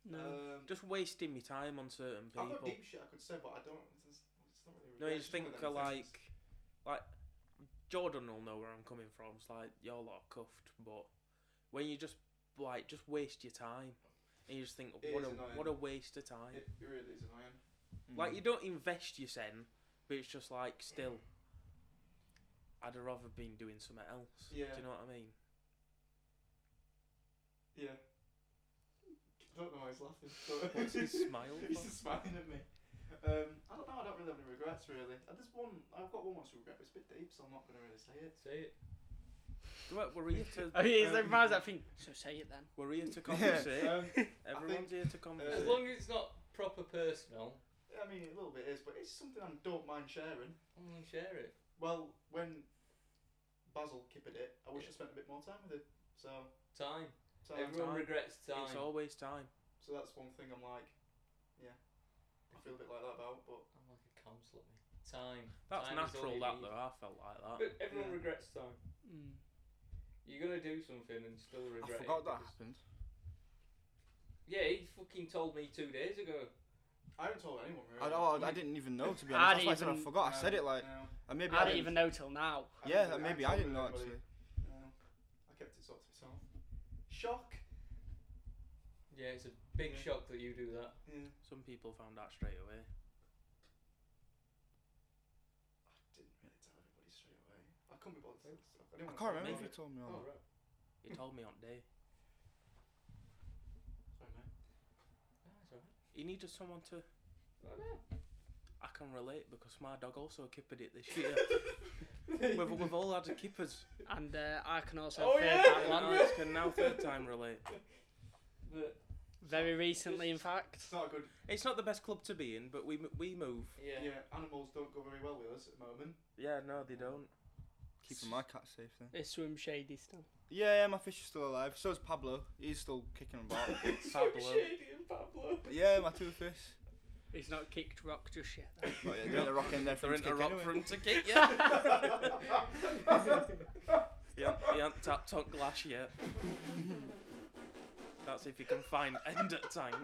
[SPEAKER 3] No.
[SPEAKER 2] Um,
[SPEAKER 1] Just wasting my time on certain
[SPEAKER 2] I've got
[SPEAKER 1] people.
[SPEAKER 2] deep shit I could say, but I don't. It's, it's not really.
[SPEAKER 1] No,
[SPEAKER 2] regret,
[SPEAKER 1] you
[SPEAKER 2] it's
[SPEAKER 1] just think
[SPEAKER 2] one of
[SPEAKER 1] uh,
[SPEAKER 2] them things.
[SPEAKER 1] like, like Jordan will know where I'm coming from. It's like y'all are cuffed, but when you just like just waste your time, and you just think
[SPEAKER 2] It
[SPEAKER 1] what
[SPEAKER 2] is
[SPEAKER 1] a
[SPEAKER 2] annoying.
[SPEAKER 1] what a waste of time.
[SPEAKER 2] It it really is annoying.
[SPEAKER 1] Like you don't invest your sen, but it's just like still. I'd have rather been doing something else.
[SPEAKER 2] Yeah.
[SPEAKER 1] Do you know what I mean?
[SPEAKER 2] Yeah. I don't know why he's laughing. But
[SPEAKER 1] What's his smile
[SPEAKER 2] he's
[SPEAKER 1] for?
[SPEAKER 2] just smiling at me. Um, I don't know. I don't really have any regrets, really. Uh, There's one. I've got one last regret. but It's a bit deep, so I'm not going to really say it.
[SPEAKER 5] Say it.
[SPEAKER 1] Right, We're here to
[SPEAKER 3] I
[SPEAKER 5] Oh,
[SPEAKER 3] mean, it's
[SPEAKER 2] um,
[SPEAKER 3] like Mars, that thing. So say it then.
[SPEAKER 1] we're here to conversate.
[SPEAKER 2] Um,
[SPEAKER 1] Everyone's here to
[SPEAKER 2] Uh,
[SPEAKER 5] As
[SPEAKER 1] conversate.
[SPEAKER 5] long as it's not proper personal,
[SPEAKER 2] I mean, a little bit is, but it's something I don't mind sharing.
[SPEAKER 5] I'm gonna share it.
[SPEAKER 2] Well, when Basil kippered it, I wish I spent a bit more time with it. So,
[SPEAKER 5] Time.
[SPEAKER 2] so,
[SPEAKER 5] Everyone
[SPEAKER 1] time.
[SPEAKER 5] regrets time.
[SPEAKER 1] It's always time.
[SPEAKER 2] so that's one thing I'm like, yeah, I feel a bit like that about, but
[SPEAKER 5] I'm like a counsellor. me. Time.
[SPEAKER 1] That's
[SPEAKER 5] Time is
[SPEAKER 1] natural,
[SPEAKER 5] all you
[SPEAKER 1] that
[SPEAKER 5] need.
[SPEAKER 1] though. I felt like that.
[SPEAKER 5] But everyone
[SPEAKER 2] Yeah.
[SPEAKER 5] regrets time.
[SPEAKER 3] Mm.
[SPEAKER 5] You're gonna do something and still regret
[SPEAKER 4] I
[SPEAKER 5] it
[SPEAKER 4] forgot that
[SPEAKER 5] because-
[SPEAKER 4] happened.
[SPEAKER 5] Yeah, he fucking told me two days ago.
[SPEAKER 2] I haven't told anyone really.
[SPEAKER 4] I, oh, I, I didn't even know to be
[SPEAKER 3] I
[SPEAKER 4] honest. That's
[SPEAKER 3] didn't
[SPEAKER 4] why I said I
[SPEAKER 3] even-
[SPEAKER 4] forgot. I said it like
[SPEAKER 2] No,
[SPEAKER 4] and maybe
[SPEAKER 3] I,
[SPEAKER 4] I
[SPEAKER 3] didn't
[SPEAKER 4] didn't
[SPEAKER 3] even know till now.
[SPEAKER 2] I
[SPEAKER 4] Yeah,
[SPEAKER 2] haven't-
[SPEAKER 4] maybe I
[SPEAKER 2] haven't
[SPEAKER 4] didn't know
[SPEAKER 2] told
[SPEAKER 4] actually.
[SPEAKER 2] anybody. No, I kept it sort of to myself. Shock.
[SPEAKER 5] Yeah, it's a big
[SPEAKER 2] Yeah.
[SPEAKER 5] shock that you do that.
[SPEAKER 2] Yeah.
[SPEAKER 1] Some people found out straight away.
[SPEAKER 2] I didn't really tell everybody straight away. I couldn't be bothered. To tell myself. I, didn't
[SPEAKER 4] I
[SPEAKER 2] want
[SPEAKER 4] can't
[SPEAKER 2] to
[SPEAKER 4] remember if
[SPEAKER 2] tell
[SPEAKER 4] you
[SPEAKER 2] everybody.
[SPEAKER 4] told me or
[SPEAKER 5] Oh,
[SPEAKER 4] not.
[SPEAKER 5] right.
[SPEAKER 1] He told me on day.
[SPEAKER 2] Sorry, mate.
[SPEAKER 5] That's alright.
[SPEAKER 1] He needed someone to.
[SPEAKER 5] I know.
[SPEAKER 1] I can relate because my dog also kippered it this year. we've, we've all had kippers.
[SPEAKER 3] And uh, I can also
[SPEAKER 5] Oh,
[SPEAKER 3] third
[SPEAKER 5] yeah.
[SPEAKER 3] that
[SPEAKER 1] And
[SPEAKER 3] one.
[SPEAKER 1] Alex can now third time relate.
[SPEAKER 5] But,
[SPEAKER 3] Very recently, in fact.
[SPEAKER 2] It's not a good.
[SPEAKER 1] It's not the best club to be in, but we m- we move.
[SPEAKER 5] yeah.
[SPEAKER 2] Yeah. animals don't go very well with us at the moment.
[SPEAKER 1] Yeah, no, they don't.
[SPEAKER 4] Keeping my cat safe then.
[SPEAKER 3] They swim shady still.
[SPEAKER 4] Yeah, yeah, my fish is still alive. So is Pablo. He's still kicking about.
[SPEAKER 1] Pablo.
[SPEAKER 5] Shady and Pablo.
[SPEAKER 4] yeah, my two fish.
[SPEAKER 3] He's not kicked rock just yet.
[SPEAKER 4] Like, they're in a rock in there for
[SPEAKER 1] They're in
[SPEAKER 4] him to
[SPEAKER 1] a
[SPEAKER 4] kick
[SPEAKER 1] rock
[SPEAKER 4] anyway.
[SPEAKER 1] for him to kick you. he ain't, he ain't tapped on glass yet. That's if you can find Ender Tank.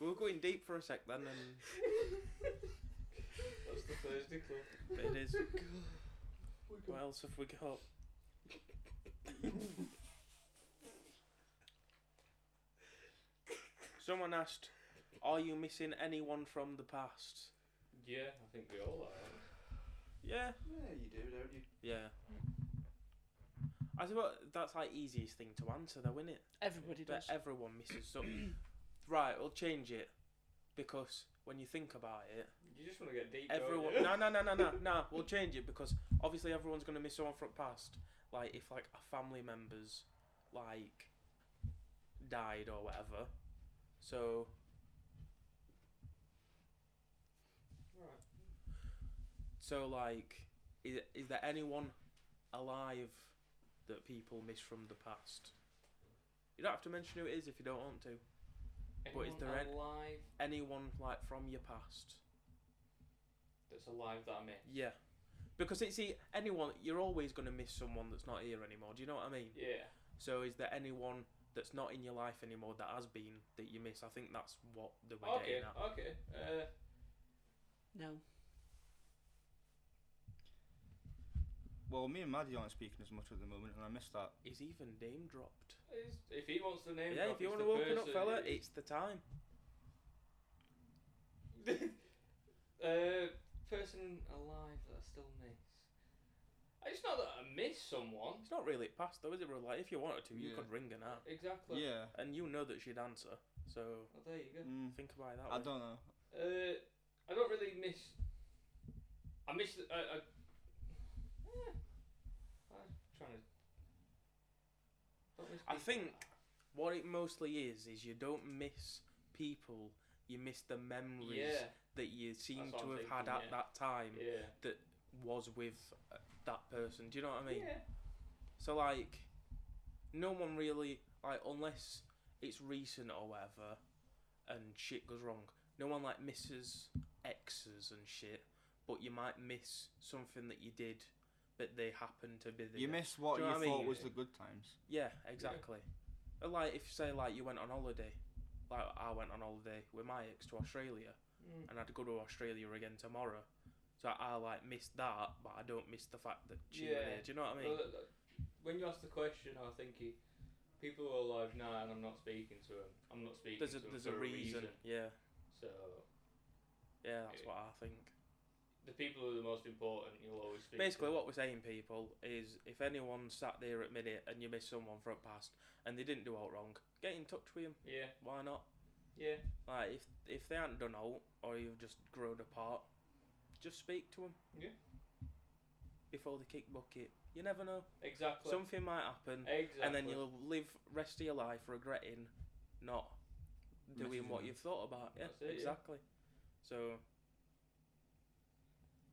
[SPEAKER 1] We We're going deep for a sec then, and
[SPEAKER 5] That's the Thursday club.
[SPEAKER 1] it is. What else have we got? Someone asked, "Are you missing anyone from the past?"
[SPEAKER 5] Yeah, I think we all are.
[SPEAKER 1] Yeah,
[SPEAKER 2] Yeah, you do, don't you?
[SPEAKER 1] yeah. I suppose that's like easiest thing to answer, though, isn't it?
[SPEAKER 3] Everybody
[SPEAKER 1] That
[SPEAKER 3] does.
[SPEAKER 1] everyone misses something. right, we'll change it because when you think about it,
[SPEAKER 5] You just want to get deep. don't
[SPEAKER 1] everyone
[SPEAKER 5] you?
[SPEAKER 1] no no no no no no we'll change it because obviously everyone's going to miss someone from the past like if like a family member's like died or whatever so
[SPEAKER 5] Right.
[SPEAKER 1] so like is, is there anyone alive that people miss from the past you don't have to mention who it is if you don't want to But is
[SPEAKER 5] Anyone
[SPEAKER 1] there an-
[SPEAKER 5] alive
[SPEAKER 1] anyone like from your past
[SPEAKER 5] that's alive that I met?
[SPEAKER 1] yeah because it's see anyone you're always going to miss someone that's not here anymore do you know what i mean
[SPEAKER 5] Yeah.
[SPEAKER 1] So is there anyone that's not in your life anymore that has been that you miss? I think that's what they were
[SPEAKER 5] okay.
[SPEAKER 1] getting at.
[SPEAKER 5] Okay. Uh,
[SPEAKER 3] No.
[SPEAKER 4] Well, me and Maddie aren't speaking as much at the moment, and I miss that.
[SPEAKER 1] He's even name dropped.
[SPEAKER 5] is- if he wants the name.
[SPEAKER 1] yeah,
[SPEAKER 5] drop,
[SPEAKER 1] if you
[SPEAKER 5] it's
[SPEAKER 1] want to
[SPEAKER 5] the
[SPEAKER 1] open up,
[SPEAKER 5] person
[SPEAKER 1] fella,
[SPEAKER 5] who's-
[SPEAKER 1] it's the time.
[SPEAKER 5] uh, person alive that I still miss. It's not that I miss someone.
[SPEAKER 1] It's not really past though, is it? Real? Like, if you wanted to, you
[SPEAKER 4] Yeah.
[SPEAKER 1] could ring her now,
[SPEAKER 5] Exactly.
[SPEAKER 4] Yeah.
[SPEAKER 1] and you know that she'd answer. So
[SPEAKER 5] Well, there you go.
[SPEAKER 4] Mm,
[SPEAKER 1] think about it that.
[SPEAKER 4] I
[SPEAKER 1] way.
[SPEAKER 4] don't know.
[SPEAKER 5] Uh, I don't really miss. I miss. The, I, I, eh, I'm trying to. Don't miss
[SPEAKER 1] I
[SPEAKER 5] people.
[SPEAKER 1] think- What it mostly is is you don't miss people. You miss the memories
[SPEAKER 5] Yeah.
[SPEAKER 1] that you seem
[SPEAKER 5] That's what
[SPEAKER 1] to have
[SPEAKER 5] I'm
[SPEAKER 1] had
[SPEAKER 5] thinking,
[SPEAKER 1] at
[SPEAKER 5] yeah.
[SPEAKER 1] that time
[SPEAKER 5] Yeah.
[SPEAKER 1] was with uh, that person. Do you know what I mean?
[SPEAKER 5] yeah.
[SPEAKER 1] So like, no one really like unless it's recent or whatever, and shit goes wrong. No one like misses exes and shit, but you might miss something that you did, but they happen to be there.
[SPEAKER 4] You miss what
[SPEAKER 1] Do
[SPEAKER 4] you,
[SPEAKER 1] you know what I
[SPEAKER 4] thought
[SPEAKER 1] mean?
[SPEAKER 4] was the good times.
[SPEAKER 1] Yeah, exactly. But, Like if say like you went on holiday, like I went on holiday with my ex to Australia,
[SPEAKER 5] Mm.
[SPEAKER 1] and I'd go to Australia again tomorrow. So I like missed that, but I don't miss the fact that she was
[SPEAKER 5] Yeah.
[SPEAKER 1] there. Do you know what I mean?
[SPEAKER 5] Well, that- that- when you ask the question, I was thinking, people who are alive now and I'm not speaking to them. I'm not speaking
[SPEAKER 1] There's a
[SPEAKER 5] to them
[SPEAKER 1] there's
[SPEAKER 5] for
[SPEAKER 1] a reason. Yeah,
[SPEAKER 5] So
[SPEAKER 1] yeah, that's
[SPEAKER 5] Yeah.
[SPEAKER 1] what I think.
[SPEAKER 5] the people who are the most important, you'll always speak.
[SPEAKER 1] Basically,
[SPEAKER 5] to.
[SPEAKER 1] what we're saying, people, is if anyone sat there at minute and you miss someone from past and they didn't do out wrong, get in touch with them.
[SPEAKER 5] Yeah,
[SPEAKER 1] Why not?
[SPEAKER 5] yeah,
[SPEAKER 1] Like if if they haven't done out or you've just grown apart, just speak to them.
[SPEAKER 5] Yeah.
[SPEAKER 1] Before they kick bucket, you never know.
[SPEAKER 5] exactly.
[SPEAKER 1] Something might happen,
[SPEAKER 5] exactly.
[SPEAKER 1] and then you'll live rest of your life regretting not doing
[SPEAKER 4] Missing
[SPEAKER 1] what
[SPEAKER 4] them.
[SPEAKER 1] you've thought about. Yeah,
[SPEAKER 5] That's it, yeah.
[SPEAKER 1] exactly. So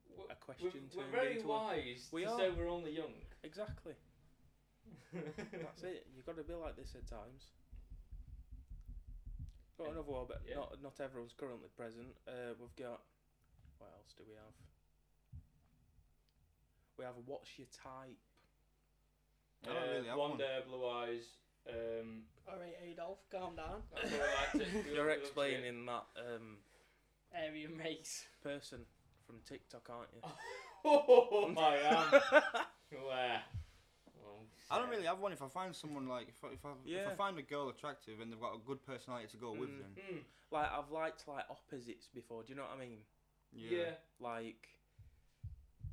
[SPEAKER 5] We're-
[SPEAKER 1] a question
[SPEAKER 5] We're,
[SPEAKER 1] turned
[SPEAKER 5] we're very
[SPEAKER 1] into a-
[SPEAKER 5] wise
[SPEAKER 1] We
[SPEAKER 5] to
[SPEAKER 1] are.
[SPEAKER 5] say we're only young.
[SPEAKER 1] exactly. That's it. You've got to be like this at times. Got
[SPEAKER 5] Yeah.
[SPEAKER 1] another one, but
[SPEAKER 5] Yeah.
[SPEAKER 1] not not everyone's currently present. Uh, we've got. What else do we have? We have what's your type?
[SPEAKER 4] I don't
[SPEAKER 5] Uh,
[SPEAKER 4] really have one.
[SPEAKER 5] blonde hair, blue eyes. Um,
[SPEAKER 3] All right, Adolf, calm down.
[SPEAKER 5] that's all I like to-
[SPEAKER 1] You're
[SPEAKER 5] we- we-
[SPEAKER 1] explaining that um,
[SPEAKER 3] Aryan race.
[SPEAKER 1] person from TikTok, aren't you?
[SPEAKER 5] Oh my god. Where?
[SPEAKER 4] I don't really have one. If I find someone like if I, if I, if
[SPEAKER 1] Yeah.
[SPEAKER 4] I find a girl attractive and they've got a good personality to go with,
[SPEAKER 1] Mm.
[SPEAKER 4] then
[SPEAKER 5] Mm,
[SPEAKER 1] like I've liked like opposites before. Do you know what I mean?
[SPEAKER 5] yeah.
[SPEAKER 1] Like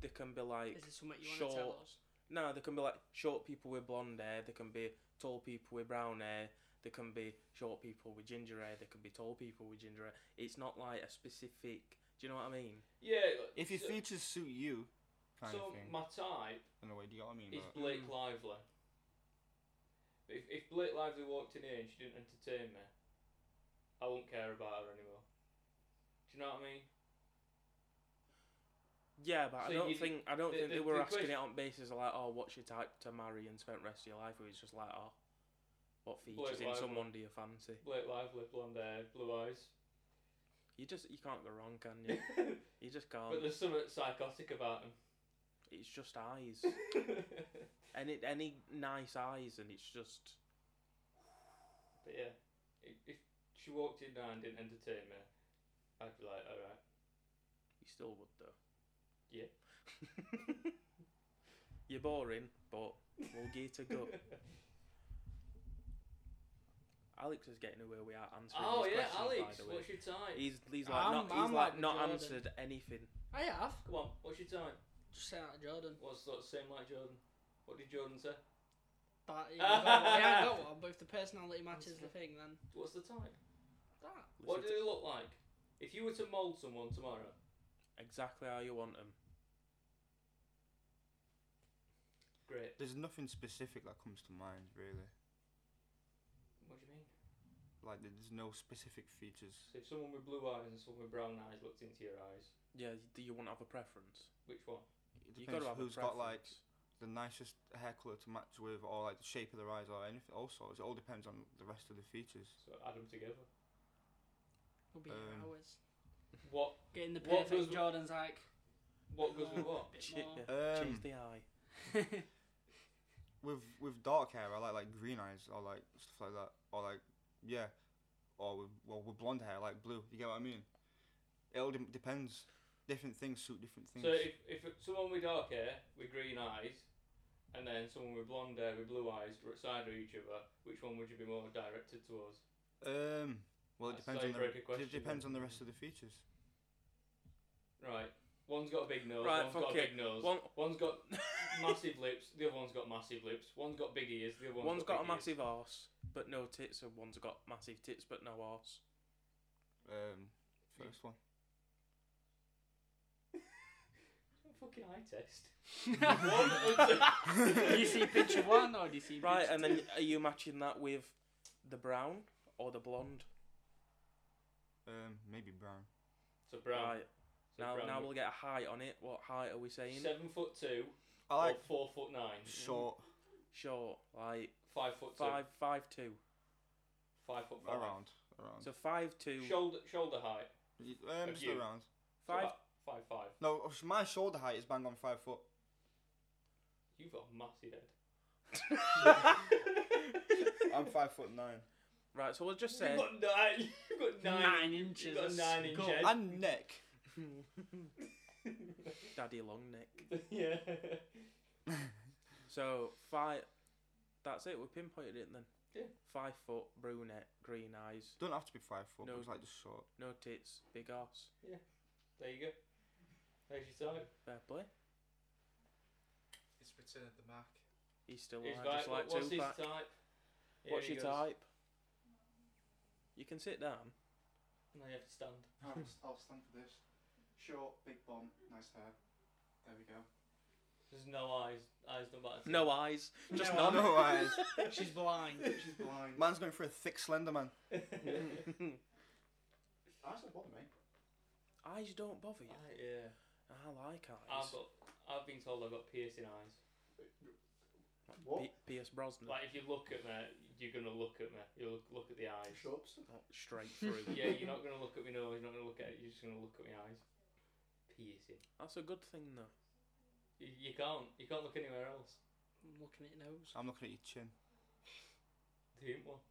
[SPEAKER 1] they can be like
[SPEAKER 3] Is there something you want to tell
[SPEAKER 1] short.
[SPEAKER 3] us?
[SPEAKER 1] No, they can be like short people with blonde hair. They can be tall people with brown hair. They can be short people with ginger hair. They can be tall people with ginger hair. It's not like a specific. Do you know what I mean?
[SPEAKER 5] yeah.
[SPEAKER 4] if your
[SPEAKER 5] so,
[SPEAKER 4] features suit you, kind
[SPEAKER 5] so
[SPEAKER 4] of thing.
[SPEAKER 5] my type
[SPEAKER 4] in a way, do you know what I mean?
[SPEAKER 5] is
[SPEAKER 4] Like,
[SPEAKER 5] Blake
[SPEAKER 1] Mm.
[SPEAKER 5] Lively. If, if Blake Lively walked in here and she didn't entertain me, I wouldn't care about her anymore. Do you know what I mean?
[SPEAKER 1] Yeah, but I
[SPEAKER 5] So
[SPEAKER 1] don't
[SPEAKER 5] you-
[SPEAKER 1] think I don't
[SPEAKER 5] the-
[SPEAKER 1] think
[SPEAKER 5] the-
[SPEAKER 1] they were
[SPEAKER 5] the
[SPEAKER 1] asking it
[SPEAKER 5] question-
[SPEAKER 1] on basis of like, oh, what's your type to marry and spend the rest of your life? It was just like, oh, what features in
[SPEAKER 5] Lively.
[SPEAKER 1] someone do you fancy?
[SPEAKER 5] Blake Lively, blonde hair, blue eyes.
[SPEAKER 1] You just you can't go wrong, can you? you just
[SPEAKER 5] but
[SPEAKER 1] can't.
[SPEAKER 5] there's something psychotic about
[SPEAKER 1] It's just eyes.
[SPEAKER 5] him.
[SPEAKER 1] Any any nice eyes, and it's just
[SPEAKER 5] But yeah, if, if she walked in now and didn't entertain me, I'd be like, all right.
[SPEAKER 1] you still would though.
[SPEAKER 5] Yeah.
[SPEAKER 1] You're boring, but we'll get to go. Alex is getting away without answering.
[SPEAKER 5] oh
[SPEAKER 1] these
[SPEAKER 5] yeah,
[SPEAKER 1] questions, by
[SPEAKER 5] Alex,
[SPEAKER 1] the way.
[SPEAKER 5] what's your time?
[SPEAKER 1] He's he's like
[SPEAKER 3] I'm-
[SPEAKER 1] not he's like,
[SPEAKER 3] I'm like the
[SPEAKER 1] not
[SPEAKER 3] Jordan.
[SPEAKER 1] answered anything.
[SPEAKER 3] I have.
[SPEAKER 5] Come on, what's your time?
[SPEAKER 3] Just say that to Jordan.
[SPEAKER 5] What's that same like Jordan? What did Jordan say?
[SPEAKER 3] That, yeah, I got one. yeah, I got one, but if the personality matches the thing, then
[SPEAKER 5] What's the time?
[SPEAKER 3] that.
[SPEAKER 5] What do
[SPEAKER 1] Listen
[SPEAKER 5] they look like? If you were to mould someone tomorrow,
[SPEAKER 1] to- exactly how you want them.
[SPEAKER 5] great.
[SPEAKER 4] There's nothing specific that comes to mind, really.
[SPEAKER 5] What do you mean?
[SPEAKER 4] Like, there's no specific features.
[SPEAKER 5] So if someone with blue eyes and someone with brown eyes looked into your eyes,
[SPEAKER 1] Yeah, y- do you want to have a preference?
[SPEAKER 5] which one?
[SPEAKER 4] It
[SPEAKER 1] You
[SPEAKER 4] depends
[SPEAKER 1] gotta have
[SPEAKER 4] who's
[SPEAKER 1] a
[SPEAKER 4] got like
[SPEAKER 1] preference.
[SPEAKER 4] the nicest hair color to match with, or like the shape of their eyes, or anything. Also, it all depends on the rest of the features.
[SPEAKER 5] So add them together.
[SPEAKER 3] We'll be
[SPEAKER 4] Um,
[SPEAKER 3] here hours.
[SPEAKER 5] What?
[SPEAKER 3] Getting the
[SPEAKER 5] what
[SPEAKER 3] perfect
[SPEAKER 5] does-
[SPEAKER 3] Jordan's like.
[SPEAKER 5] What goes with what?
[SPEAKER 3] Bit
[SPEAKER 1] Ch-
[SPEAKER 3] more.
[SPEAKER 1] yeah, change
[SPEAKER 4] Um,
[SPEAKER 1] the eye.
[SPEAKER 4] With with dark hair, I like like green eyes, or like stuff like that, or like yeah, or with well with blonde hair, I like blue. You get what I mean? It all de- depends. Different things suit different things.
[SPEAKER 5] So if, if someone with dark hair with green eyes, and then someone with blonde hair with blue eyes were at side of each other, which one would you be more directed towards?
[SPEAKER 4] um, well, it
[SPEAKER 5] That's
[SPEAKER 4] depends on the
[SPEAKER 5] tiebreaker
[SPEAKER 4] it
[SPEAKER 5] question,
[SPEAKER 4] depends
[SPEAKER 5] then.
[SPEAKER 4] on the rest of the features.
[SPEAKER 5] Right. One's got a big nose.
[SPEAKER 1] Right,
[SPEAKER 5] one's
[SPEAKER 1] fuck
[SPEAKER 5] got a
[SPEAKER 1] it.
[SPEAKER 5] big nose.
[SPEAKER 1] One,
[SPEAKER 5] one's got massive lips. The other one's got massive lips. One's got big ears. The other one's
[SPEAKER 1] one's got a
[SPEAKER 5] big ears.
[SPEAKER 1] massive arse, but no tits, and one's got massive tits, but no arse.
[SPEAKER 4] Um, first one.
[SPEAKER 5] Fucking eye test.
[SPEAKER 3] do you see picture one or do you see
[SPEAKER 1] Right,
[SPEAKER 3] picture
[SPEAKER 1] and then are you matching that with the brown or the blonde?
[SPEAKER 4] Um, maybe brown.
[SPEAKER 5] So brown.
[SPEAKER 1] Right,
[SPEAKER 5] So
[SPEAKER 1] now
[SPEAKER 5] brown
[SPEAKER 1] now
[SPEAKER 5] with
[SPEAKER 1] we'll get a height on it. What height are we saying?
[SPEAKER 5] seven foot two
[SPEAKER 4] I like
[SPEAKER 5] or four foot nine.
[SPEAKER 4] short
[SPEAKER 1] Short, like
[SPEAKER 5] Five foot two.
[SPEAKER 1] five five two.
[SPEAKER 5] Five foot five.
[SPEAKER 4] around around.
[SPEAKER 1] So five two.
[SPEAKER 5] Shoulder shoulder height.
[SPEAKER 4] Y- um,
[SPEAKER 5] of
[SPEAKER 4] just
[SPEAKER 5] you.
[SPEAKER 4] around.
[SPEAKER 5] So
[SPEAKER 1] Five.
[SPEAKER 5] about five five.
[SPEAKER 4] No, oh, sh- my shoulder height is bang on five foot.
[SPEAKER 5] You've got a massive head.
[SPEAKER 4] I'm five foot nine.
[SPEAKER 1] Right, so we'll just say
[SPEAKER 5] You've got nine. You've got
[SPEAKER 3] nine,
[SPEAKER 5] nine.
[SPEAKER 3] inches?
[SPEAKER 5] You've got
[SPEAKER 3] of
[SPEAKER 5] nine inch
[SPEAKER 3] skull.
[SPEAKER 5] head.
[SPEAKER 4] And neck.
[SPEAKER 1] daddy long neck.
[SPEAKER 5] yeah.
[SPEAKER 1] So five. That's it. We pinpointed it then.
[SPEAKER 5] Yeah.
[SPEAKER 1] Five foot brunette, green eyes,
[SPEAKER 4] Don't have to be five foot.
[SPEAKER 1] No.
[SPEAKER 4] It was like just short.
[SPEAKER 1] no tits, big ass.
[SPEAKER 5] There you go. There's your time.
[SPEAKER 1] Fair play.
[SPEAKER 2] It's Return of the Mac.
[SPEAKER 1] He's still
[SPEAKER 5] He's
[SPEAKER 1] like, just
[SPEAKER 5] like,
[SPEAKER 1] like
[SPEAKER 5] what- what's
[SPEAKER 1] two
[SPEAKER 5] his
[SPEAKER 1] pack.
[SPEAKER 5] type? Here
[SPEAKER 1] What's
[SPEAKER 5] he
[SPEAKER 1] your
[SPEAKER 5] goes.
[SPEAKER 1] type? You can sit down.
[SPEAKER 5] No, you have to stand.
[SPEAKER 2] I'll, I'll stand for this. Short, big bum, nice hair. There we go.
[SPEAKER 5] There's no eyes. Eyes don't matter. to
[SPEAKER 1] No
[SPEAKER 5] him.
[SPEAKER 1] eyes. Just
[SPEAKER 3] No
[SPEAKER 1] none.
[SPEAKER 4] No eyes.
[SPEAKER 3] She's blind.
[SPEAKER 2] She's blind.
[SPEAKER 4] Man's going for a thick slender man.
[SPEAKER 2] Eyes don't bother me.
[SPEAKER 1] eyes don't bother you.
[SPEAKER 5] Eye- yeah.
[SPEAKER 1] I like eyes.
[SPEAKER 5] I've got. I've been told I've got piercing eyes.
[SPEAKER 1] Like
[SPEAKER 2] What?
[SPEAKER 1] P- Pierce Brosnan.
[SPEAKER 5] Like if you look at me, you're gonna look at me. You look look at the eyes.
[SPEAKER 2] Shrubs.
[SPEAKER 1] Not straight through.
[SPEAKER 5] yeah, you're not gonna look at me nose. You're not gonna look at it. You're just gonna look at my eyes. Piercing.
[SPEAKER 1] That's a good thing though.
[SPEAKER 5] You, you can't. You can't look anywhere else.
[SPEAKER 3] I'm looking at your nose.
[SPEAKER 4] I'm looking at your chin.
[SPEAKER 5] Do you want?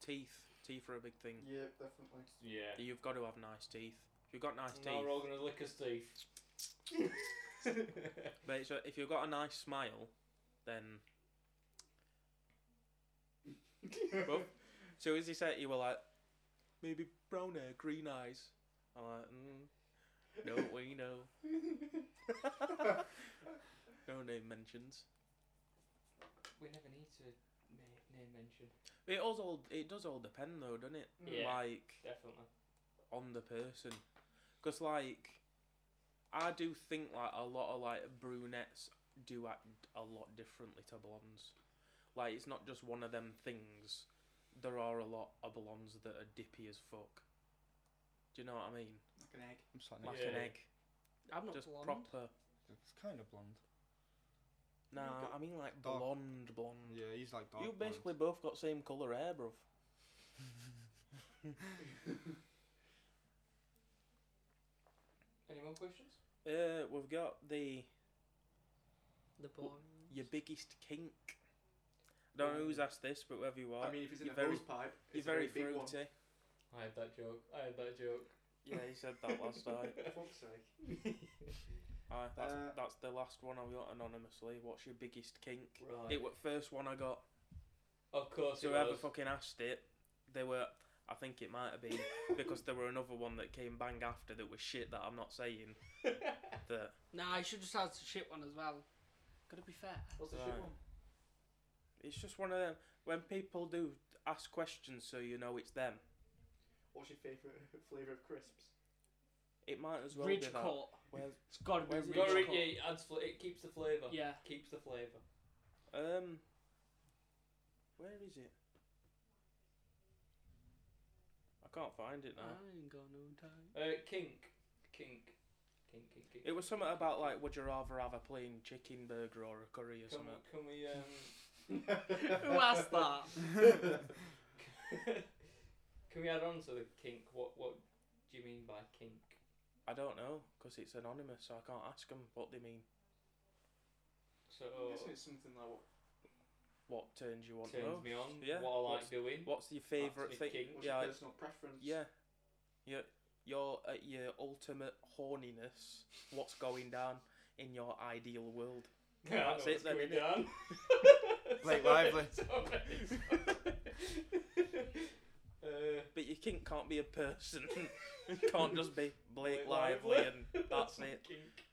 [SPEAKER 1] Teeth. Teeth are a big thing.
[SPEAKER 2] Yeah, definitely.
[SPEAKER 5] Yeah.
[SPEAKER 1] You've got to have nice teeth. If you've got nice teeth,
[SPEAKER 5] Now we're all gonna lick us teeth.
[SPEAKER 1] but it's, if you've got a nice smile, then Well, So as he said, you were like, maybe brown hair, green eyes. I'm like, mm, no, we know. no name mentions.
[SPEAKER 5] we never need to make name mention.
[SPEAKER 1] It also it does all depend though, doesn't it?
[SPEAKER 5] Yeah.
[SPEAKER 1] Like
[SPEAKER 5] Definitely.
[SPEAKER 1] on the person, because like I do think like a lot of like brunettes do act a lot differently to blondes. Like it's not just one of them things. There are a lot of blondes that are dippy as fuck. Do you know what I mean?
[SPEAKER 2] Like an egg.
[SPEAKER 4] I'm sorry.
[SPEAKER 1] Like
[SPEAKER 5] Yeah.
[SPEAKER 1] an egg.
[SPEAKER 3] I'm not
[SPEAKER 1] Just
[SPEAKER 3] blonde.
[SPEAKER 1] proper.
[SPEAKER 4] It's kind of blonde.
[SPEAKER 1] Nah, I mean like
[SPEAKER 4] Dark.
[SPEAKER 1] blonde, blonde.
[SPEAKER 4] Yeah, he's like dark.
[SPEAKER 1] you
[SPEAKER 4] blonde.
[SPEAKER 1] basically both got same colour hair, bruv.
[SPEAKER 5] Any more questions?
[SPEAKER 1] Uh, we've got the
[SPEAKER 3] The
[SPEAKER 1] Oh,
[SPEAKER 3] boring.
[SPEAKER 1] your biggest kink. I don't know who's asked this, but whether you are,
[SPEAKER 2] I mean, if he's in
[SPEAKER 1] you're
[SPEAKER 2] a
[SPEAKER 1] very-
[SPEAKER 2] hose pipe,
[SPEAKER 1] you're
[SPEAKER 2] it's
[SPEAKER 1] very
[SPEAKER 2] a very big one.
[SPEAKER 1] fruity.
[SPEAKER 5] I had that joke. I had that joke.
[SPEAKER 1] Yeah, he said that last night.
[SPEAKER 2] For fuck's sake.
[SPEAKER 1] Aye, that's,
[SPEAKER 2] Uh,
[SPEAKER 1] that's the last one I got anonymously. What's your biggest kink?
[SPEAKER 5] Right.
[SPEAKER 1] It was first one I got.
[SPEAKER 5] of course
[SPEAKER 1] So
[SPEAKER 5] it
[SPEAKER 1] whoever
[SPEAKER 5] was.
[SPEAKER 1] fucking asked it, they were. I think it might have been because there were another one that came bang after that was shit that I'm not saying that.
[SPEAKER 3] Nah, you should just have the shit one as well. Gotta be fair.
[SPEAKER 2] What's the
[SPEAKER 1] Right.
[SPEAKER 2] shit one?
[SPEAKER 1] It's just one of them when people do ask questions, so you know it's them.
[SPEAKER 2] What's your favourite flavour of crisps?
[SPEAKER 1] It might as well be
[SPEAKER 3] Ridge
[SPEAKER 1] that.
[SPEAKER 3] cut.
[SPEAKER 1] Where's-
[SPEAKER 3] It's gotta be
[SPEAKER 1] Where's
[SPEAKER 3] ridge
[SPEAKER 1] it?
[SPEAKER 5] Gotta
[SPEAKER 3] cut.
[SPEAKER 5] re- yeah, it adds fl- it keeps the flavour.
[SPEAKER 3] Yeah.
[SPEAKER 5] Keeps the flavour.
[SPEAKER 1] um, where is it? I can't find it now.
[SPEAKER 3] I ain't got no time.
[SPEAKER 5] Uh, kink. Kink. Kink, kink, kink.
[SPEAKER 1] It was something about like, would you rather have a plain chicken burger or a curry or
[SPEAKER 5] can,
[SPEAKER 1] something?
[SPEAKER 5] can we, um...
[SPEAKER 3] Who asked that?
[SPEAKER 5] um, can we add on to the kink? What, what do you mean by kink?
[SPEAKER 1] I don't know because it's anonymous, so I can't ask them what they mean.
[SPEAKER 5] So,
[SPEAKER 1] Oh.
[SPEAKER 2] I'm guessing it's something like what?
[SPEAKER 1] What turns you on?
[SPEAKER 5] turns
[SPEAKER 1] most.
[SPEAKER 5] me on.
[SPEAKER 1] Yeah.
[SPEAKER 5] What I like
[SPEAKER 1] What's-
[SPEAKER 5] doing.
[SPEAKER 1] What's your favourite
[SPEAKER 5] That's
[SPEAKER 1] thing?
[SPEAKER 5] me kink.
[SPEAKER 2] What's
[SPEAKER 1] Yeah, I-
[SPEAKER 2] your personal preference?
[SPEAKER 1] Yeah, your your uh, your ultimate horniness. What's going down in your ideal world?
[SPEAKER 5] Yeah, I
[SPEAKER 1] That's
[SPEAKER 5] know
[SPEAKER 1] it
[SPEAKER 5] what's
[SPEAKER 1] then,
[SPEAKER 5] going
[SPEAKER 1] innit?
[SPEAKER 5] down.
[SPEAKER 4] Blake
[SPEAKER 5] Sorry,
[SPEAKER 4] Lively.
[SPEAKER 5] sorry. uh,
[SPEAKER 1] But your kink can't be a person. It can't just be Blake Lively and that's
[SPEAKER 5] my
[SPEAKER 1] it.
[SPEAKER 5] kink.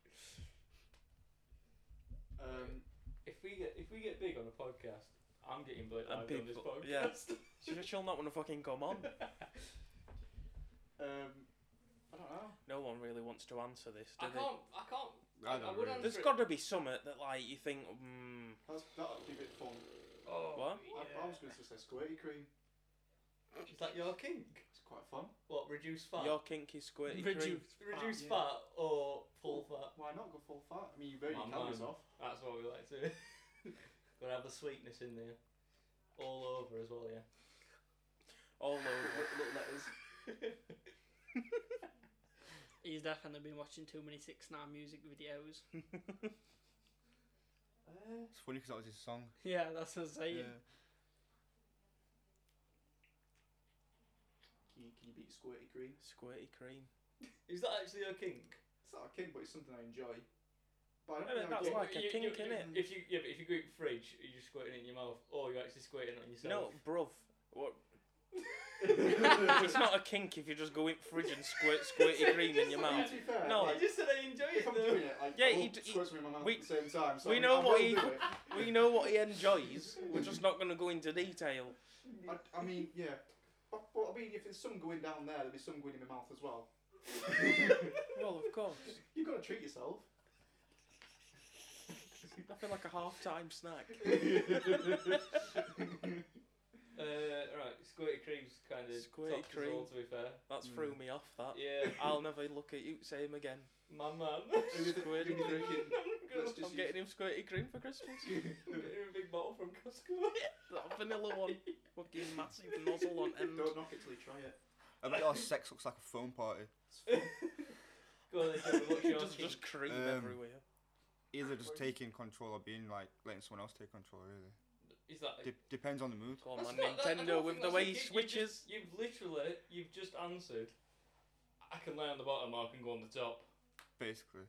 [SPEAKER 2] Um,
[SPEAKER 5] If we get if we get big on a podcast, I'm getting Blake
[SPEAKER 1] And
[SPEAKER 5] Lively on this
[SPEAKER 1] people-
[SPEAKER 5] podcast.
[SPEAKER 1] yeah. She, she'll not want to fucking come on.
[SPEAKER 2] um, I don't know.
[SPEAKER 1] No one really wants to answer this, do
[SPEAKER 5] I
[SPEAKER 1] they?
[SPEAKER 5] can't. I can't.
[SPEAKER 4] I
[SPEAKER 5] I
[SPEAKER 4] don't
[SPEAKER 5] would
[SPEAKER 4] really.
[SPEAKER 5] answer
[SPEAKER 1] There's
[SPEAKER 5] it.
[SPEAKER 1] got to be something that like you think, mm,
[SPEAKER 2] That's, that'd be a bit fun.
[SPEAKER 5] Oh,
[SPEAKER 1] What?
[SPEAKER 2] I, I was going to say squirty cream.
[SPEAKER 5] Is that your kink?
[SPEAKER 2] It's quite fun.
[SPEAKER 5] What? Reduce fat.
[SPEAKER 1] your kinky squirty
[SPEAKER 3] Reduce-
[SPEAKER 1] cream.
[SPEAKER 5] reduce
[SPEAKER 2] yeah.
[SPEAKER 5] fat or pull fat.
[SPEAKER 2] Why not go full fat? I mean, you burn
[SPEAKER 5] My
[SPEAKER 2] your calories
[SPEAKER 5] man.
[SPEAKER 2] off.
[SPEAKER 5] That's what we like to. do. Gotta have the sweetness in there, all over as well. Yeah.
[SPEAKER 1] all over.
[SPEAKER 2] Little letters.
[SPEAKER 3] He's definitely been watching too many Six Nine music videos.
[SPEAKER 5] Uh,
[SPEAKER 4] It's funny because that was his song.
[SPEAKER 3] Yeah, that's what I'm saying.
[SPEAKER 4] Yeah.
[SPEAKER 2] Can you, can you beat squirty cream?
[SPEAKER 1] Squirty cream.
[SPEAKER 5] is that actually your kink?
[SPEAKER 2] It's not a kink, but it's something I enjoy. But I
[SPEAKER 1] Yeah,
[SPEAKER 2] don't
[SPEAKER 1] that's
[SPEAKER 2] know.
[SPEAKER 1] like- a kink, innit?
[SPEAKER 5] If you yeah, but if you go eat fridge, you're just squirting it in your mouth, or you're actually squirting it on
[SPEAKER 1] No,
[SPEAKER 5] yourself.
[SPEAKER 1] bruv. What?
[SPEAKER 2] like.
[SPEAKER 1] It's not a kink if you just go in fridge and squirt squirty cream in your mouth.
[SPEAKER 2] To be fair,
[SPEAKER 1] No.
[SPEAKER 5] I
[SPEAKER 2] like,
[SPEAKER 5] just said I enjoy
[SPEAKER 2] if
[SPEAKER 5] it
[SPEAKER 2] I'm
[SPEAKER 5] though.
[SPEAKER 2] doing it, like,
[SPEAKER 1] Yeah,
[SPEAKER 2] yeah,
[SPEAKER 1] he
[SPEAKER 2] he
[SPEAKER 1] d- he-
[SPEAKER 2] squirts me in my mouth
[SPEAKER 1] we-
[SPEAKER 2] at the same time. So
[SPEAKER 1] we
[SPEAKER 2] I mean,
[SPEAKER 1] know
[SPEAKER 2] I
[SPEAKER 1] what
[SPEAKER 2] will
[SPEAKER 1] he-
[SPEAKER 2] do it.
[SPEAKER 1] We know what he enjoys. We're just not going to go into detail.
[SPEAKER 2] I, I mean, yeah. But, but I mean, if there's some going down there, there'll be some going in my mouth as well.
[SPEAKER 1] Well, of course.
[SPEAKER 2] You've got to treat yourself.
[SPEAKER 1] Nothing like a half-time snack.
[SPEAKER 5] Uh, right, squirty cream's kind of
[SPEAKER 1] Squirty
[SPEAKER 5] tops us
[SPEAKER 1] cream.
[SPEAKER 5] all, to be fair.
[SPEAKER 1] That's
[SPEAKER 4] Mm.
[SPEAKER 1] threw me off. That
[SPEAKER 5] Yeah,
[SPEAKER 1] I'll never look at you the same again.
[SPEAKER 5] my man.
[SPEAKER 2] Who you
[SPEAKER 1] Squirty
[SPEAKER 2] who you
[SPEAKER 1] cream.
[SPEAKER 2] thinking? Let's
[SPEAKER 1] I'm
[SPEAKER 2] just use-
[SPEAKER 1] getting him squirty cream for Christmas.
[SPEAKER 5] I'm getting a big bottle from Costco.
[SPEAKER 1] That vanilla one, fucking massive nozzle on end.
[SPEAKER 2] Don't knock it till you try it.
[SPEAKER 4] I bet your sex looks like a phone party.
[SPEAKER 5] Go on, then, Joe, what's your
[SPEAKER 1] just,
[SPEAKER 5] kink?
[SPEAKER 1] just cream
[SPEAKER 4] Um,
[SPEAKER 1] everywhere.
[SPEAKER 4] Either just taking control or being like letting someone else take control. Really,
[SPEAKER 5] Is that?
[SPEAKER 4] De- depends on the mood.
[SPEAKER 1] Come
[SPEAKER 5] That's
[SPEAKER 1] on,
[SPEAKER 5] not- that- I don't
[SPEAKER 1] Nintendo
[SPEAKER 5] think
[SPEAKER 1] with the
[SPEAKER 5] that's a
[SPEAKER 1] way he
[SPEAKER 5] kink, you've
[SPEAKER 1] switches.
[SPEAKER 5] just- You've literally, you've just answered. I can lay on the bottom, or I can go on the top.
[SPEAKER 4] Basically,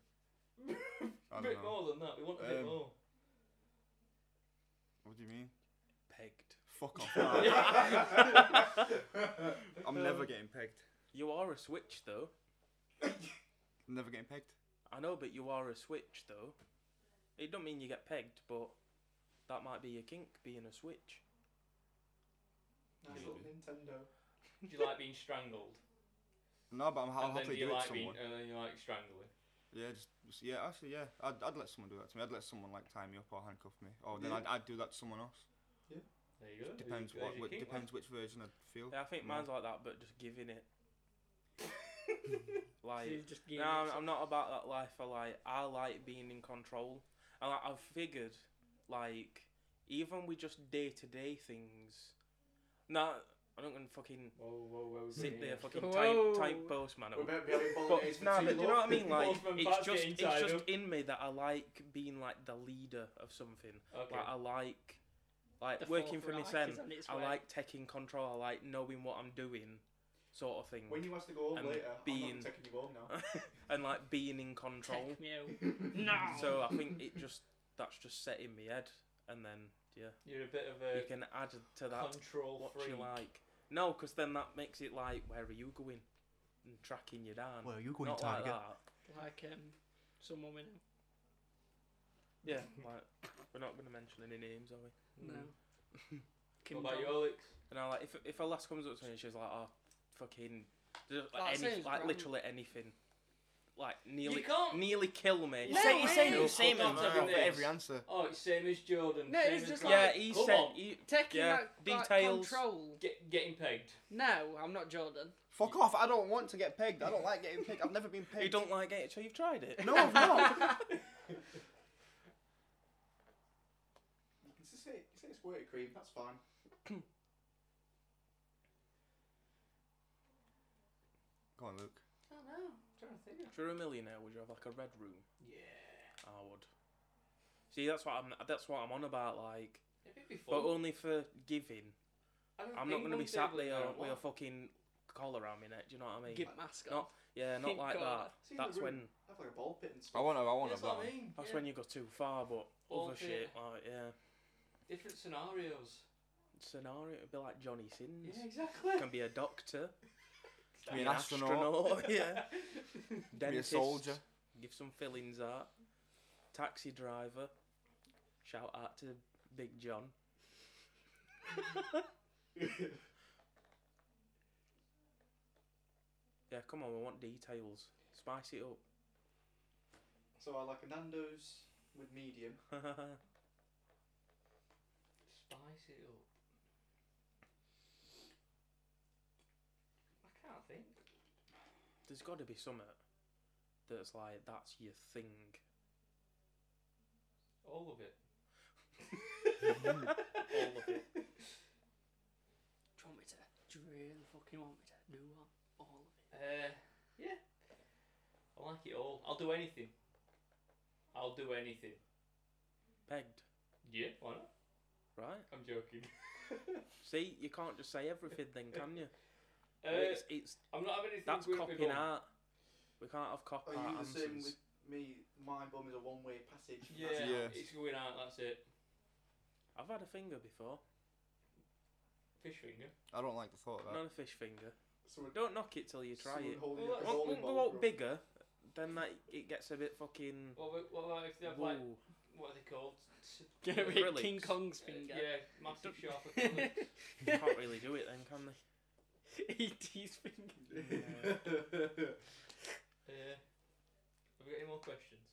[SPEAKER 5] a
[SPEAKER 4] I
[SPEAKER 5] bit
[SPEAKER 4] don't know.
[SPEAKER 5] more than that. We want a bit
[SPEAKER 4] Um,
[SPEAKER 5] more.
[SPEAKER 4] What do you mean?
[SPEAKER 1] Pegged.
[SPEAKER 4] Fuck off. I'm never getting pegged.
[SPEAKER 1] You are a switch though.
[SPEAKER 4] I'm never getting pegged.
[SPEAKER 1] I know, but you are a switch though. It don't mean you get pegged, but that might be your kink being a switch.
[SPEAKER 2] Nice little Nintendo.
[SPEAKER 5] Do you like being strangled?
[SPEAKER 4] No, but I'm, I'll
[SPEAKER 5] and then
[SPEAKER 4] happily
[SPEAKER 5] do you
[SPEAKER 4] do it to
[SPEAKER 5] like
[SPEAKER 4] someone.
[SPEAKER 5] being, and then you like strangling.
[SPEAKER 4] Yeah, just, just- yeah. Actually, yeah. I'd, I'd let someone do that to me. I'd let someone like tie me up or handcuff me. Or then
[SPEAKER 2] Yeah.
[SPEAKER 4] I'd, I'd do that to someone else.
[SPEAKER 5] There you go. There's
[SPEAKER 4] Depends
[SPEAKER 5] your- there's
[SPEAKER 4] what,
[SPEAKER 5] your
[SPEAKER 4] what
[SPEAKER 5] kink,
[SPEAKER 4] depends which version I'd feel.
[SPEAKER 1] Yeah, I think
[SPEAKER 4] Mm.
[SPEAKER 1] mine's like that, but just giving it.
[SPEAKER 3] So you
[SPEAKER 1] Like,
[SPEAKER 3] just
[SPEAKER 1] no, I'm, I'm not about that life. I like, I like being in control. And like, I've figured, like, even with just day to day things, no, I'm not gonna fucking
[SPEAKER 5] Whoa, whoa, whoa.
[SPEAKER 1] sit there fucking
[SPEAKER 3] Whoa.
[SPEAKER 1] type, type postman.
[SPEAKER 2] We
[SPEAKER 1] up.
[SPEAKER 2] better be having
[SPEAKER 1] But,
[SPEAKER 2] bolognese for
[SPEAKER 1] nah,
[SPEAKER 2] tea,
[SPEAKER 1] but do you know
[SPEAKER 2] look.
[SPEAKER 1] what I mean? Like,
[SPEAKER 5] Postman
[SPEAKER 1] it's
[SPEAKER 5] Pat's
[SPEAKER 1] just,
[SPEAKER 5] getting
[SPEAKER 1] it's
[SPEAKER 5] tied
[SPEAKER 1] just
[SPEAKER 5] up.
[SPEAKER 1] in me that I like being like the leader of something.
[SPEAKER 5] Okay.
[SPEAKER 1] Like I like, like working for myself. I like taking control. I like knowing what I'm doing, sort of thing.
[SPEAKER 2] When you ask to go home
[SPEAKER 1] And
[SPEAKER 2] later, I'm
[SPEAKER 1] being-
[SPEAKER 2] not taking you home now.
[SPEAKER 1] and like being in control.
[SPEAKER 3] No.
[SPEAKER 1] So I think it just that's just set in my head, and then yeah,
[SPEAKER 5] You're a bit of
[SPEAKER 1] you
[SPEAKER 5] a
[SPEAKER 1] can add to that
[SPEAKER 5] Uh, control
[SPEAKER 1] what
[SPEAKER 5] freak.
[SPEAKER 1] you like. No, because then that makes it like where are you going, and tracking you down.
[SPEAKER 4] Where are you
[SPEAKER 1] Not like that.
[SPEAKER 3] Like um, some woman.
[SPEAKER 1] Yeah, like we're not going to mention any names, are we?
[SPEAKER 3] No. Kim
[SPEAKER 5] What Hmm. about you,
[SPEAKER 3] Jong.
[SPEAKER 5] Alex?
[SPEAKER 1] And I like if if a lass comes up to me and she's like, oh, fucking, just,
[SPEAKER 3] That
[SPEAKER 1] like, any,
[SPEAKER 3] sounds
[SPEAKER 1] like
[SPEAKER 3] wrong.
[SPEAKER 1] literally anything, like
[SPEAKER 5] You
[SPEAKER 1] nearly
[SPEAKER 5] can't.
[SPEAKER 1] nearly kill me.
[SPEAKER 4] You
[SPEAKER 5] No
[SPEAKER 4] say, you say
[SPEAKER 5] way.
[SPEAKER 4] the same
[SPEAKER 5] No,
[SPEAKER 4] as
[SPEAKER 5] no,
[SPEAKER 4] for
[SPEAKER 5] no.
[SPEAKER 4] every answer.
[SPEAKER 5] Oh, it's same as Jordan.
[SPEAKER 3] No,
[SPEAKER 5] same
[SPEAKER 3] it's
[SPEAKER 5] as
[SPEAKER 3] just
[SPEAKER 5] Grant.
[SPEAKER 1] yeah, he
[SPEAKER 5] Come
[SPEAKER 1] said
[SPEAKER 5] on,
[SPEAKER 1] he,
[SPEAKER 3] Taking
[SPEAKER 1] Yeah,
[SPEAKER 3] that like,
[SPEAKER 1] details.
[SPEAKER 3] control.
[SPEAKER 5] get, getting pegged.
[SPEAKER 3] No, I'm not Jordan.
[SPEAKER 4] Fuck off! I don't want to get pegged. I don't like getting pegged. I've never been pegged.
[SPEAKER 1] you don't like it, so you've tried it.
[SPEAKER 4] No, I've not.
[SPEAKER 2] You can just say, you say it's water cream, that's fine.
[SPEAKER 4] Go on, Luke.
[SPEAKER 5] I don't know. I'm trying to think.
[SPEAKER 1] If you're a millionaire, would you have like a red room?
[SPEAKER 5] Yeah.
[SPEAKER 1] I would. See, that's what I'm. That's what I'm on about. Like,
[SPEAKER 5] It'd be
[SPEAKER 1] but
[SPEAKER 5] fun.
[SPEAKER 1] only for giving.
[SPEAKER 5] I don't
[SPEAKER 1] I'm not
[SPEAKER 5] think
[SPEAKER 1] going to be
[SPEAKER 5] one
[SPEAKER 1] sat
[SPEAKER 5] table
[SPEAKER 1] there
[SPEAKER 5] there
[SPEAKER 1] with a
[SPEAKER 5] won't.
[SPEAKER 1] fucking collar around my neck. Do you know what I mean?
[SPEAKER 3] Give mask
[SPEAKER 1] no,
[SPEAKER 3] on.
[SPEAKER 1] yeah, not
[SPEAKER 3] Thank
[SPEAKER 1] like
[SPEAKER 3] God.
[SPEAKER 1] that.
[SPEAKER 2] See,
[SPEAKER 1] That's
[SPEAKER 2] the
[SPEAKER 1] when
[SPEAKER 2] room- I have like a ball pit and
[SPEAKER 4] I
[SPEAKER 2] stuff.
[SPEAKER 4] want to. I want to.
[SPEAKER 5] That's what I mean.
[SPEAKER 1] that's
[SPEAKER 5] yeah.
[SPEAKER 1] when you go too far. But
[SPEAKER 5] Ball
[SPEAKER 1] other
[SPEAKER 5] pit.
[SPEAKER 1] shit, like yeah,
[SPEAKER 5] Different scenarios.
[SPEAKER 1] scenario it'd be like Johnny Sins.
[SPEAKER 5] Yeah, exactly.
[SPEAKER 1] Can be a doctor.
[SPEAKER 4] Can be an astronaut.
[SPEAKER 1] yeah.
[SPEAKER 4] Be a
[SPEAKER 1] Dentist,
[SPEAKER 4] soldier.
[SPEAKER 1] Give some fillings out. Taxi driver. Shout out to Big John. Yeah, come on, we want details. Spice it
[SPEAKER 2] so I like a Nando's with medium.
[SPEAKER 1] up.
[SPEAKER 5] Spice it up. I can't think.
[SPEAKER 1] There's got to be something that's like that's your thing.
[SPEAKER 5] All of it.
[SPEAKER 1] All of it.
[SPEAKER 3] Do you want me to? Do you really fucking want me to do one? All of
[SPEAKER 5] Uh, yeah. I like it all. I'll do anything. I'll do anything.
[SPEAKER 1] Pegged,
[SPEAKER 5] Yeah, why not?
[SPEAKER 1] right?
[SPEAKER 5] I'm joking.
[SPEAKER 1] See, you can't just say everything then, can you?
[SPEAKER 5] uh,
[SPEAKER 1] it's, it's
[SPEAKER 5] I'm not having anything
[SPEAKER 1] that's
[SPEAKER 5] with
[SPEAKER 1] copying
[SPEAKER 5] my bum.
[SPEAKER 1] art. We can't have cop
[SPEAKER 2] Are
[SPEAKER 1] art
[SPEAKER 2] Oh, you the same
[SPEAKER 1] answers.
[SPEAKER 2] with me? My bum is a one way passage.
[SPEAKER 5] Yeah,
[SPEAKER 2] That's
[SPEAKER 4] Yeah.
[SPEAKER 5] it's going out. That's it.
[SPEAKER 1] I've had a finger before,
[SPEAKER 5] Fish finger.
[SPEAKER 4] I don't like the thought of that.
[SPEAKER 1] not a fish finger.
[SPEAKER 2] Someone,
[SPEAKER 1] Don't knock it till you try
[SPEAKER 2] someone
[SPEAKER 1] it.
[SPEAKER 2] holding
[SPEAKER 5] Well,
[SPEAKER 2] a
[SPEAKER 1] Once
[SPEAKER 5] that's-
[SPEAKER 2] bowling
[SPEAKER 1] once we
[SPEAKER 2] ball,
[SPEAKER 1] go
[SPEAKER 2] bro.
[SPEAKER 1] out bigger, then like it gets a bit fucking.
[SPEAKER 5] What, about- what about if they have
[SPEAKER 1] Whoa.
[SPEAKER 5] like what are they called? S-
[SPEAKER 3] it.
[SPEAKER 1] Yeah,
[SPEAKER 3] Get rid of
[SPEAKER 1] relics.
[SPEAKER 3] King Kong's
[SPEAKER 5] uh,
[SPEAKER 3] finger.
[SPEAKER 5] yeah, massive sharp. equivalent.
[SPEAKER 1] You can't really do it then, can they?
[SPEAKER 3] E.T.'s finger.
[SPEAKER 5] uh, have we got any more questions?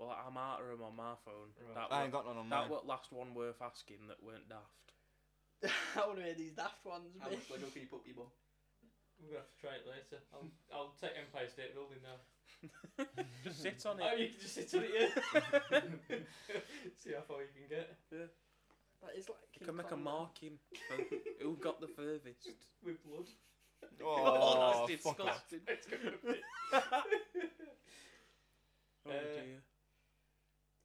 [SPEAKER 1] Well, I'm out of 'em on my phone.
[SPEAKER 5] Right.
[SPEAKER 1] That
[SPEAKER 4] I
[SPEAKER 1] wa-
[SPEAKER 4] ain't got none on mine.
[SPEAKER 1] that what last one worth asking that weren't daft.
[SPEAKER 3] I want to hear these daft ones.
[SPEAKER 2] How
[SPEAKER 3] mate.
[SPEAKER 2] much Lego can you put your bum?
[SPEAKER 5] We're gonna have to try it later. I'll, I'll take Empire State Building now.
[SPEAKER 1] Just sit on
[SPEAKER 5] Oh,
[SPEAKER 1] it.
[SPEAKER 5] you can just sit on it, yeah. See how far you can get
[SPEAKER 3] That is like.
[SPEAKER 1] You
[SPEAKER 3] King
[SPEAKER 1] can make a
[SPEAKER 3] Kong,
[SPEAKER 1] marking for who got the furthest.
[SPEAKER 5] with blood.
[SPEAKER 4] Oh,
[SPEAKER 1] that's
[SPEAKER 4] fuck off.
[SPEAKER 1] disgusting.
[SPEAKER 5] It's gonna be.
[SPEAKER 1] Oh
[SPEAKER 5] Uh,
[SPEAKER 1] dear.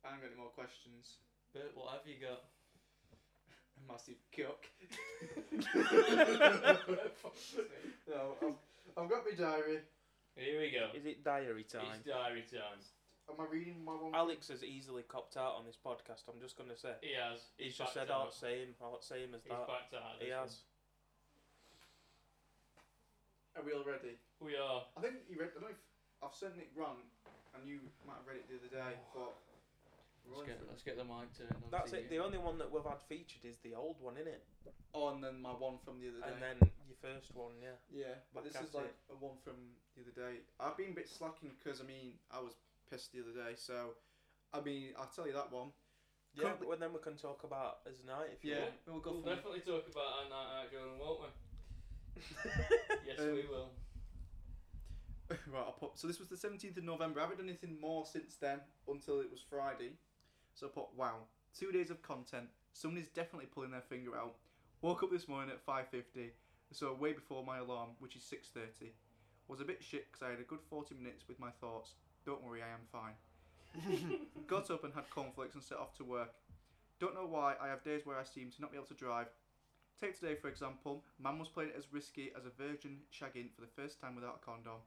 [SPEAKER 2] I haven't got any more questions.
[SPEAKER 5] Bert, what have you got? Mm.
[SPEAKER 2] Massive cuck. no, I've, I've got my diary.
[SPEAKER 5] Here we go.
[SPEAKER 1] Is it diary time?
[SPEAKER 5] It's diary time.
[SPEAKER 2] Am I reading my one?
[SPEAKER 1] Alex has easily copped out on this podcast. I'm just going to say
[SPEAKER 5] He has.
[SPEAKER 1] he's just said,
[SPEAKER 5] back to
[SPEAKER 1] "Oh,
[SPEAKER 5] hard-
[SPEAKER 1] same, oh, same as
[SPEAKER 5] He's
[SPEAKER 1] that."
[SPEAKER 5] back to hard,
[SPEAKER 1] He
[SPEAKER 5] this
[SPEAKER 1] has.
[SPEAKER 2] Are we all ready?
[SPEAKER 5] one. We are.
[SPEAKER 2] I think you read. I don't know if I've sent it wrong, and you might have read it the other day.
[SPEAKER 1] Oh.
[SPEAKER 2] But we're
[SPEAKER 5] Let's
[SPEAKER 2] running
[SPEAKER 5] get,
[SPEAKER 2] through.
[SPEAKER 5] let's get the mic turned on.
[SPEAKER 1] That's
[SPEAKER 5] to
[SPEAKER 1] it.
[SPEAKER 5] you.
[SPEAKER 1] The only one that we've had featured is the old one, innit?
[SPEAKER 2] oh, and then my one from the other day.
[SPEAKER 1] And then your first one, yeah.
[SPEAKER 2] yeah, but this
[SPEAKER 1] That's
[SPEAKER 2] is like a one from the other day. I've been a bit slacking because I mean I was pissed the other day. So, I mean I'll tell you that one.
[SPEAKER 1] Yeah,
[SPEAKER 2] Could we-
[SPEAKER 1] well, then we can talk about as night if you
[SPEAKER 2] Yeah,
[SPEAKER 1] want.
[SPEAKER 2] we'll go
[SPEAKER 5] We'll
[SPEAKER 2] for it.
[SPEAKER 5] definitely talk about our night out, Jordan, won't we? yes,
[SPEAKER 2] Um,
[SPEAKER 5] we will.
[SPEAKER 2] right, I'll put. So this was the 17th of November. I haven't done anything more since then until it was Friday. So I put, wow, two days of content. Someone is definitely pulling their finger out. Woke up this morning at 5:50, so way before my alarm, which is 6:30. Was a bit shit because I had a good 40 minutes with my thoughts. Don't worry, I am fine. Got up and had cornflakes and set off to work. Don't know why I have days where I seem to not be able to drive. Take today for example. Man was playing it as risky as a virgin shagging for the first time without a condom.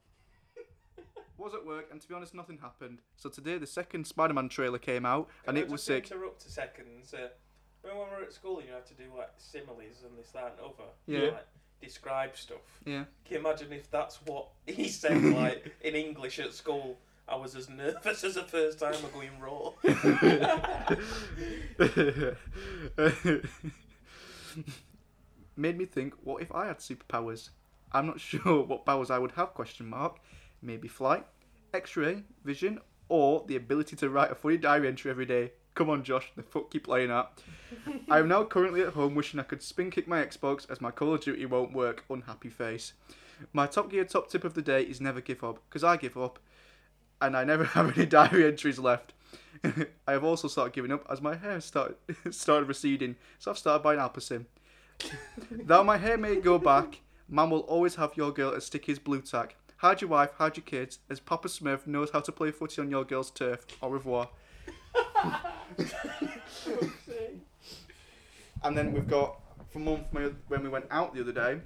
[SPEAKER 2] was at work and to be honest, nothing happened. So today the second Spider-Man trailer came out and
[SPEAKER 1] Can I
[SPEAKER 2] it was
[SPEAKER 1] just
[SPEAKER 2] sick.
[SPEAKER 1] Interrupt a second. and say, remember when we were at school and you had to do like similes and this, that, and other.
[SPEAKER 2] Yeah.
[SPEAKER 1] Like, describe stuff.
[SPEAKER 2] Yeah.
[SPEAKER 1] Can you imagine if that's what he said like in English at school? I was as nervous as the first time of going raw.
[SPEAKER 2] Made me think, what if I had superpowers? I'm not sure what powers I would have, question mark. Maybe flight, x-ray, vision, or the ability to write a funny diary entry every day. Come on, Josh, the fuck you playing at? I am now currently at home wishing I could spin kick my Xbox as my Call of Duty won't work, unhappy face. My Top Gear top tip of the day is never give up, because I give up, and I never have any diary entries left. I have also started giving up as my hair started started receding, so I've started buying Alpacin. Though my hair may go back, man will always have your girl as sticky as blue tack. Hide your wife, hide your kids, as Papa Smurf knows how to play footy on your girl's turf. Au revoir. and then we've got from one from my, when we went out the other day.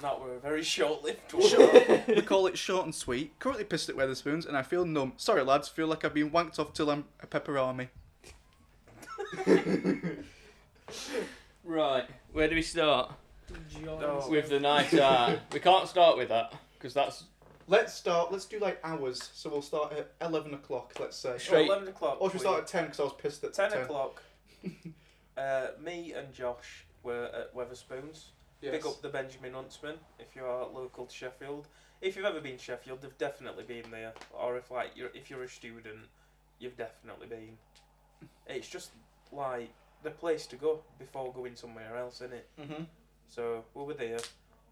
[SPEAKER 1] That were a very short-lived one.
[SPEAKER 2] we call it short and sweet. Currently pissed at Weatherspoons, and I feel numb. Sorry, lads, feel like I've been wanked off till I'm a pepper army.
[SPEAKER 1] Right, where do we start?
[SPEAKER 7] No.
[SPEAKER 1] With the night art. we can't start with that because that's
[SPEAKER 2] Let's start. Let's do like hours. So we'll start at eleven o'clock. Let's say.
[SPEAKER 1] straight.
[SPEAKER 2] Or,
[SPEAKER 1] 11 o'clock.
[SPEAKER 2] or should we start at ten? Because I was pissed at
[SPEAKER 1] 10 o'clock. uh, me and Josh were at Weatherspoons. Pick up the Benjamin Huntsman if you are local to Sheffield. If you've ever been to Sheffield, they've definitely been there. Or if like you're if you're a student, you've definitely been. It's just like the place to go before going somewhere else, isn't it?
[SPEAKER 2] Mm-hmm.
[SPEAKER 1] So we were there.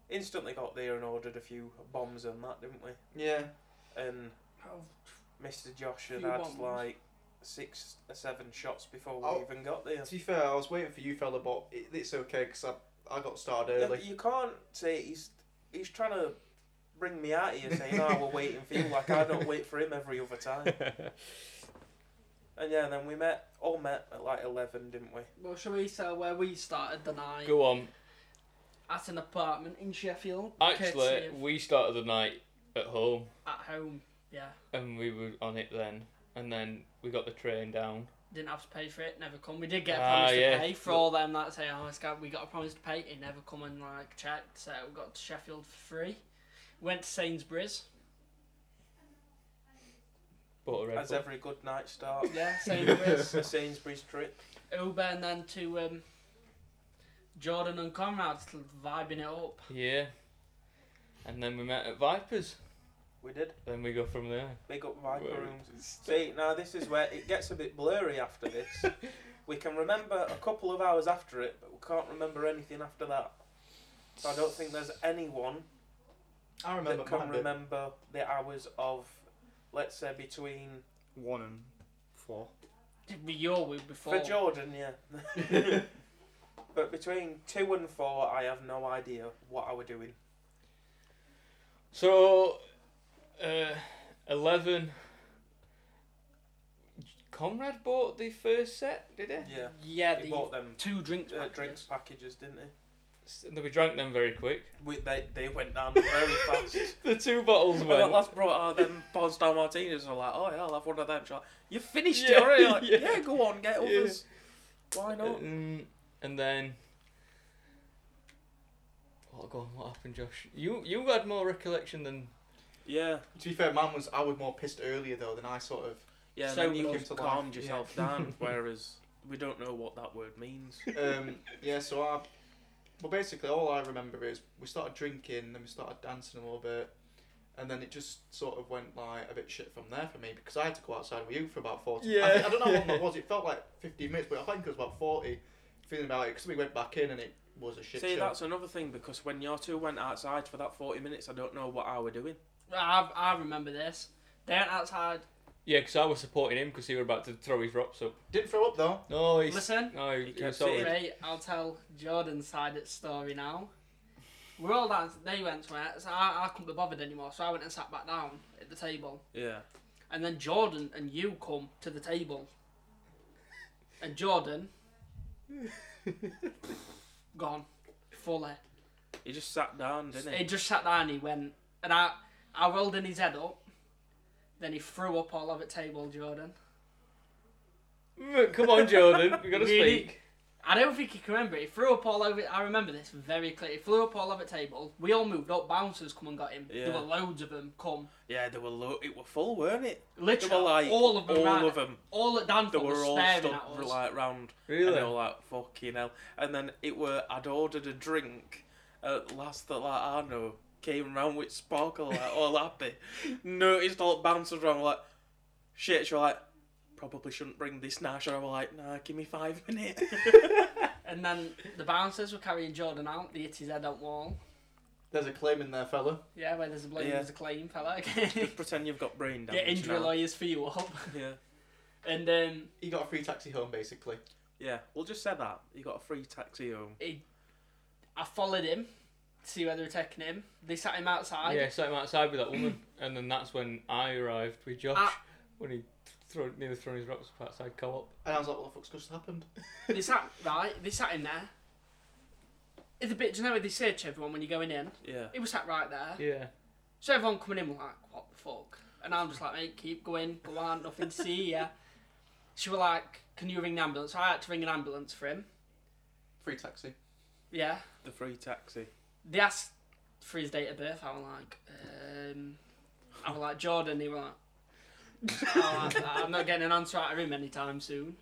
[SPEAKER 1] Instantly got there and ordered a few bombs and that, didn't we?
[SPEAKER 2] Yeah.
[SPEAKER 1] And Mr. Josh had
[SPEAKER 3] Few
[SPEAKER 1] had
[SPEAKER 3] bombs.
[SPEAKER 1] like six or seven shots before we
[SPEAKER 2] Oh.
[SPEAKER 1] even got there.
[SPEAKER 2] To be fair, I was waiting for you, fella, but it, it's okay because I I got started
[SPEAKER 1] Yeah,
[SPEAKER 2] early.
[SPEAKER 1] but You can't say he's he's trying to bring me out here saying, "Oh, we're waiting for you." Like I don't wait for him every other time. and yeah, then we met, all met at like eleven, didn't we?
[SPEAKER 3] Well, shall we say where we started the night?
[SPEAKER 5] Go on.
[SPEAKER 3] At an apartment in Sheffield.
[SPEAKER 5] Actually,
[SPEAKER 3] courtesy of-
[SPEAKER 5] we started the night at home
[SPEAKER 3] at home. Yeah,
[SPEAKER 5] and we were on it then. And then we got the train down.
[SPEAKER 3] didn't have to pay for it. Never come. We did get a
[SPEAKER 5] Ah,
[SPEAKER 3] promise
[SPEAKER 5] yeah.
[SPEAKER 3] to pay for all them that say, "Oh, it's got, we got a promise to pay." It never come and like checked. So we got to Sheffield for free. Went to Sainsbury's.
[SPEAKER 5] Bought a Red
[SPEAKER 1] As
[SPEAKER 5] Bull.
[SPEAKER 1] every good night starts.
[SPEAKER 3] Yeah, Sainsbury's.
[SPEAKER 1] The Sainsbury's trip.
[SPEAKER 3] Uber and then to um, Jordan and Conrad still vibing it up.
[SPEAKER 5] Yeah. And then we met at Vipers.
[SPEAKER 1] We did.
[SPEAKER 5] Then we go from there.
[SPEAKER 1] Big up Viper
[SPEAKER 5] Where-
[SPEAKER 1] Rooms. See, now this is where it gets a bit blurry after this. we can remember a couple of hours after it, but we can't remember anything after that. So I don't think there's anyone
[SPEAKER 2] I remember.
[SPEAKER 1] that can
[SPEAKER 2] mine did.
[SPEAKER 1] remember the hours of, let's say, between
[SPEAKER 8] One and four.
[SPEAKER 3] Did we your we before?
[SPEAKER 1] for Jordan, yeah. but between two and four, I have no idea what I were doing.
[SPEAKER 5] So, uh, 11. Comrade bought the first set, did he?
[SPEAKER 1] Yeah,
[SPEAKER 3] yeah,
[SPEAKER 1] he
[SPEAKER 3] the
[SPEAKER 1] bought them
[SPEAKER 3] two drinks.
[SPEAKER 1] uh,
[SPEAKER 3] packages.
[SPEAKER 1] drinks packages, didn't he?
[SPEAKER 5] And we drank them very quick.
[SPEAKER 1] We, they they went down very fast.
[SPEAKER 5] the two bottles
[SPEAKER 1] When I
[SPEAKER 5] went.
[SPEAKER 1] last brought out them Bonsdown martinis, I was like, oh yeah, I'll have one of them. She's like, you finished
[SPEAKER 5] Yeah,
[SPEAKER 1] it already? I'm Like,
[SPEAKER 5] yeah.
[SPEAKER 1] yeah. go on, get
[SPEAKER 5] Yeah.
[SPEAKER 1] others. Why not?
[SPEAKER 5] Um, and then. What, go on, what happened, Josh? You you had more recollection than.
[SPEAKER 1] Yeah,
[SPEAKER 2] To be fair, mine was I was more pissed earlier though than I sort of.
[SPEAKER 1] yeah.
[SPEAKER 3] So
[SPEAKER 1] then you
[SPEAKER 2] we
[SPEAKER 1] can
[SPEAKER 2] lost the
[SPEAKER 1] calmed
[SPEAKER 2] life, yeah.
[SPEAKER 1] yourself down, whereas we don't know what that word means.
[SPEAKER 2] Um, yeah, so I. Well, basically, all I remember is we started drinking, then we started dancing a little bit, and then it just sort of went like a bit shit from there for me because I had to go outside with you for about forty. I, think- I don't know
[SPEAKER 5] Yeah.
[SPEAKER 2] what that was. It felt like fifteen minutes, but I think it was about forty. Feeling about it because we went back in and it was a shit
[SPEAKER 1] See,
[SPEAKER 2] show.
[SPEAKER 1] that's another thing because when your two went outside for that 40 minutes, I don't know what I were doing.
[SPEAKER 3] I, I remember this. Down outside.
[SPEAKER 9] Yeah, because I was supporting him because he was about to throw his props up.
[SPEAKER 2] Didn't throw up though.
[SPEAKER 9] No, he's.
[SPEAKER 3] Listen,
[SPEAKER 9] No, he,
[SPEAKER 1] He
[SPEAKER 9] he
[SPEAKER 1] kept
[SPEAKER 9] was solid.
[SPEAKER 1] sitting.
[SPEAKER 3] Ray, I'll tell Jordan's side of the story now. We're all down. They went to it, so I, I couldn't be bothered anymore. So I went and sat back down at the table,
[SPEAKER 1] Yeah.
[SPEAKER 3] and then Jordan and you come to the table, and Jordan gone fully.
[SPEAKER 1] He just sat down, didn't
[SPEAKER 3] He
[SPEAKER 1] he?
[SPEAKER 3] just sat down. and He went, and I, I rolled in his head up. Then he threw up all over the table, Jordan.
[SPEAKER 9] Mm, Come on, Jordan. we got to
[SPEAKER 3] Really?
[SPEAKER 9] speak.
[SPEAKER 3] I don't think he can remember. He threw up all over. I remember this very clear. He flew up all over the table. We all moved up. Bouncers come and got him. There
[SPEAKER 1] Yeah.
[SPEAKER 3] were loads of them. Come,
[SPEAKER 1] Yeah, they were lo- it were full, weren't it? They
[SPEAKER 3] literally
[SPEAKER 1] were like
[SPEAKER 3] all of them.
[SPEAKER 1] all
[SPEAKER 3] ran-
[SPEAKER 1] of 'em.
[SPEAKER 3] all at
[SPEAKER 1] They
[SPEAKER 3] Danforth were
[SPEAKER 1] were all
[SPEAKER 3] staring
[SPEAKER 1] stood
[SPEAKER 3] at us.
[SPEAKER 1] like round
[SPEAKER 9] Really?
[SPEAKER 1] And they were like, fucking hell. And then it were, I'd ordered a drink at last that, like, I know, came round with sparkle, like, all happy. Noticed all the bouncers around, like, shit, she were like, probably shouldn't bring this now. And I was like, nah, give me five minutes.
[SPEAKER 3] and then the bouncers were carrying Jordan out. They hit his head on wall.
[SPEAKER 2] There's a claim in there, fella.
[SPEAKER 3] Yeah, where there's a blame,
[SPEAKER 1] Yeah.
[SPEAKER 3] there's a claim, fella.
[SPEAKER 1] Just pretend you've got brain damage.
[SPEAKER 3] Get injury
[SPEAKER 1] now.
[SPEAKER 3] lawyers for you up.
[SPEAKER 1] Yeah.
[SPEAKER 3] And um,
[SPEAKER 2] He got a free taxi home basically.
[SPEAKER 1] Yeah, we'll just say that. You got a free taxi home.
[SPEAKER 3] I followed him to see where they were taking him. They sat him outside.
[SPEAKER 9] Yeah, sat him outside with that woman, and then that's when I arrived with Josh
[SPEAKER 3] Ah.
[SPEAKER 9] when he throw, nearly thrown his rocks up outside co-op.
[SPEAKER 2] And I was like, what the fuck's just happened?
[SPEAKER 3] They sat right. They sat him there. It's a bit. Do you know what they say to everyone when you're going in?
[SPEAKER 1] Yeah.
[SPEAKER 3] He was sat right there.
[SPEAKER 9] Yeah,
[SPEAKER 3] So everyone coming in were like, "What the fuck?" And I'm just like, "Mate, keep going. Go on. Nothing to see yeah." She was like, "Can you ring an ambulance?" So I had to ring an ambulance for him.
[SPEAKER 2] Free taxi.
[SPEAKER 3] Yeah.
[SPEAKER 1] The free taxi.
[SPEAKER 3] They asked for his date of birth. I was like, um, I was like Jordan. He was like, "Oh, I- I'm not getting an answer out of him anytime soon.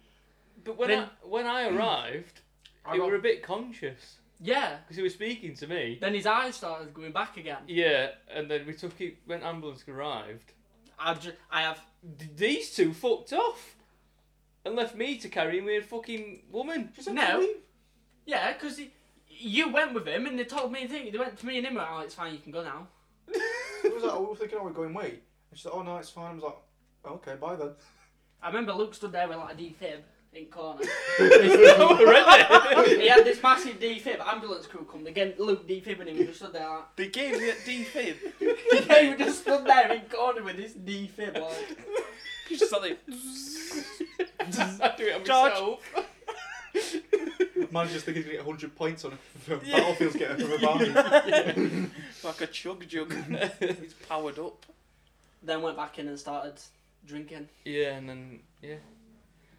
[SPEAKER 9] but when
[SPEAKER 3] Then-
[SPEAKER 9] I, when I arrived,
[SPEAKER 3] I
[SPEAKER 9] you
[SPEAKER 3] got-
[SPEAKER 9] were a bit conscious
[SPEAKER 3] yeah.
[SPEAKER 9] because he was speaking to me.
[SPEAKER 3] Then his eyes started going back again.
[SPEAKER 9] Yeah, and then we took it when ambulance arrived.
[SPEAKER 3] I just, I have
[SPEAKER 9] D- these two fucked off and left me to carry him with a fucking woman.
[SPEAKER 3] no. Yeah, because you went with him and they told me the thing. They went to me and him. Oh, it's fine. You can go now.
[SPEAKER 2] It was like, oh, we were thinking, oh, we're going way. And she's like, oh, no, it's fine. I was like, okay, bye then.
[SPEAKER 3] I remember Luke stood there with like a D fib in corner.
[SPEAKER 9] Already.
[SPEAKER 3] he had this massive D fib. Ambulance crew come again. Luke D fibbing him. He just stood there like.
[SPEAKER 1] They gave me a D fib.
[SPEAKER 3] they were just stood there in corner with this D fib. Like,
[SPEAKER 1] She's just like,
[SPEAKER 9] I do it on
[SPEAKER 1] George.
[SPEAKER 9] myself.
[SPEAKER 2] Man's just thinking he's going to get 100 points on a
[SPEAKER 9] Yeah.
[SPEAKER 2] Battlefield's getting from a bounty.
[SPEAKER 1] like a chug jug. He's powered up.
[SPEAKER 3] then went back in and started drinking.
[SPEAKER 9] Yeah, and then yeah,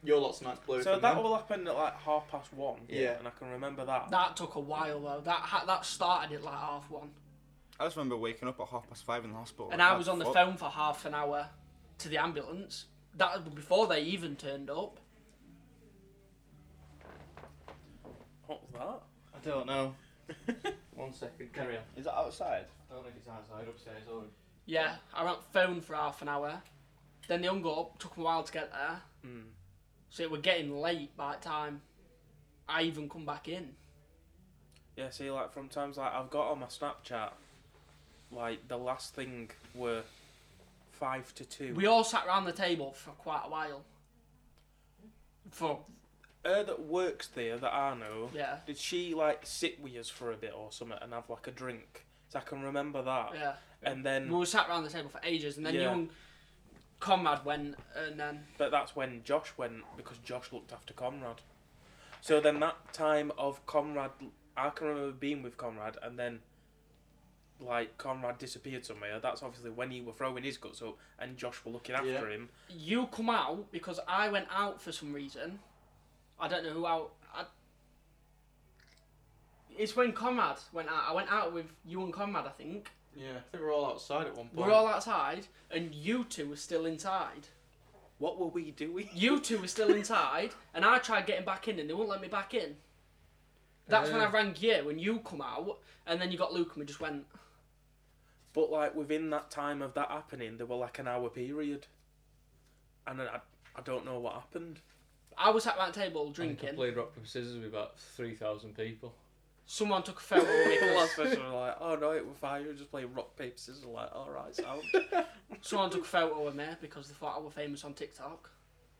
[SPEAKER 2] Your lot's nice blurry.
[SPEAKER 1] So
[SPEAKER 2] from
[SPEAKER 1] that
[SPEAKER 2] there.
[SPEAKER 1] all happened at like half past one.
[SPEAKER 2] Yeah.
[SPEAKER 1] And I can remember that.
[SPEAKER 3] That took a while though. That ha- that started at like half one,
[SPEAKER 4] I just remember waking up at half past five in the hospital.
[SPEAKER 3] and
[SPEAKER 4] like,
[SPEAKER 3] I
[SPEAKER 4] what
[SPEAKER 3] was on the
[SPEAKER 4] fuck?
[SPEAKER 3] phone for half an hour to the ambulance. That was before they even turned up.
[SPEAKER 1] What was that?
[SPEAKER 9] I don't know.
[SPEAKER 2] One second.
[SPEAKER 9] Carry on.
[SPEAKER 4] Is that outside?
[SPEAKER 2] I don't think it's outside upstairs or.
[SPEAKER 3] Yeah, I was on the phone for half an hour. Then they hung up. Took 'em a while to get there,
[SPEAKER 1] Mm.
[SPEAKER 3] so it were getting late by the time I even come back in.
[SPEAKER 1] Yeah, see, like from times like I've got on my Snapchat, like the last thing were five to two.
[SPEAKER 3] We all sat round the table for quite a while. For
[SPEAKER 1] her that works there that I know,
[SPEAKER 3] yeah,
[SPEAKER 1] did she like sit with us for a bit or something and have like a drink? So I can remember that.
[SPEAKER 3] yeah.
[SPEAKER 1] And then,
[SPEAKER 3] We were sat round the table for ages, and then
[SPEAKER 1] Yeah.
[SPEAKER 3] young comrade went, and then
[SPEAKER 1] but that's when Josh went because Josh looked after Conrad. So then that time of Conrad, I can remember being with Conrad and then. Like Conrad disappeared somewhere. That's obviously when he were throwing his guts up, and Josh were looking after
[SPEAKER 2] Yeah.
[SPEAKER 1] him.
[SPEAKER 3] you come out because I went out for some reason. I don't know who out. I... It's when Conrad went out. I went out with you and Conrad, I think.
[SPEAKER 2] Yeah, I think we're all outside at one
[SPEAKER 3] We
[SPEAKER 2] point.
[SPEAKER 3] were all outside, and you two were still inside.
[SPEAKER 1] What were we doing?
[SPEAKER 3] You two were still inside, and I tried getting back in, and they wouldn't let me back in. That's when I
[SPEAKER 9] Uh.
[SPEAKER 3] rang you, and you come out, and then you got Luke, and we just went.
[SPEAKER 1] But like within that time of that happening, there were like an hour period, and then I, I don't know what happened.
[SPEAKER 3] I was sat around the table
[SPEAKER 9] I think I
[SPEAKER 3] drinking.
[SPEAKER 9] played rock paper scissors with about three thousand people.
[SPEAKER 3] Someone took a photo of me.
[SPEAKER 1] The last
[SPEAKER 3] 'cause-
[SPEAKER 1] person was like, oh no, it was fine. We were just playing rock, paper, scissors. Like, alright, sound.
[SPEAKER 3] someone took a photo of me because they thought I was famous on TikTok.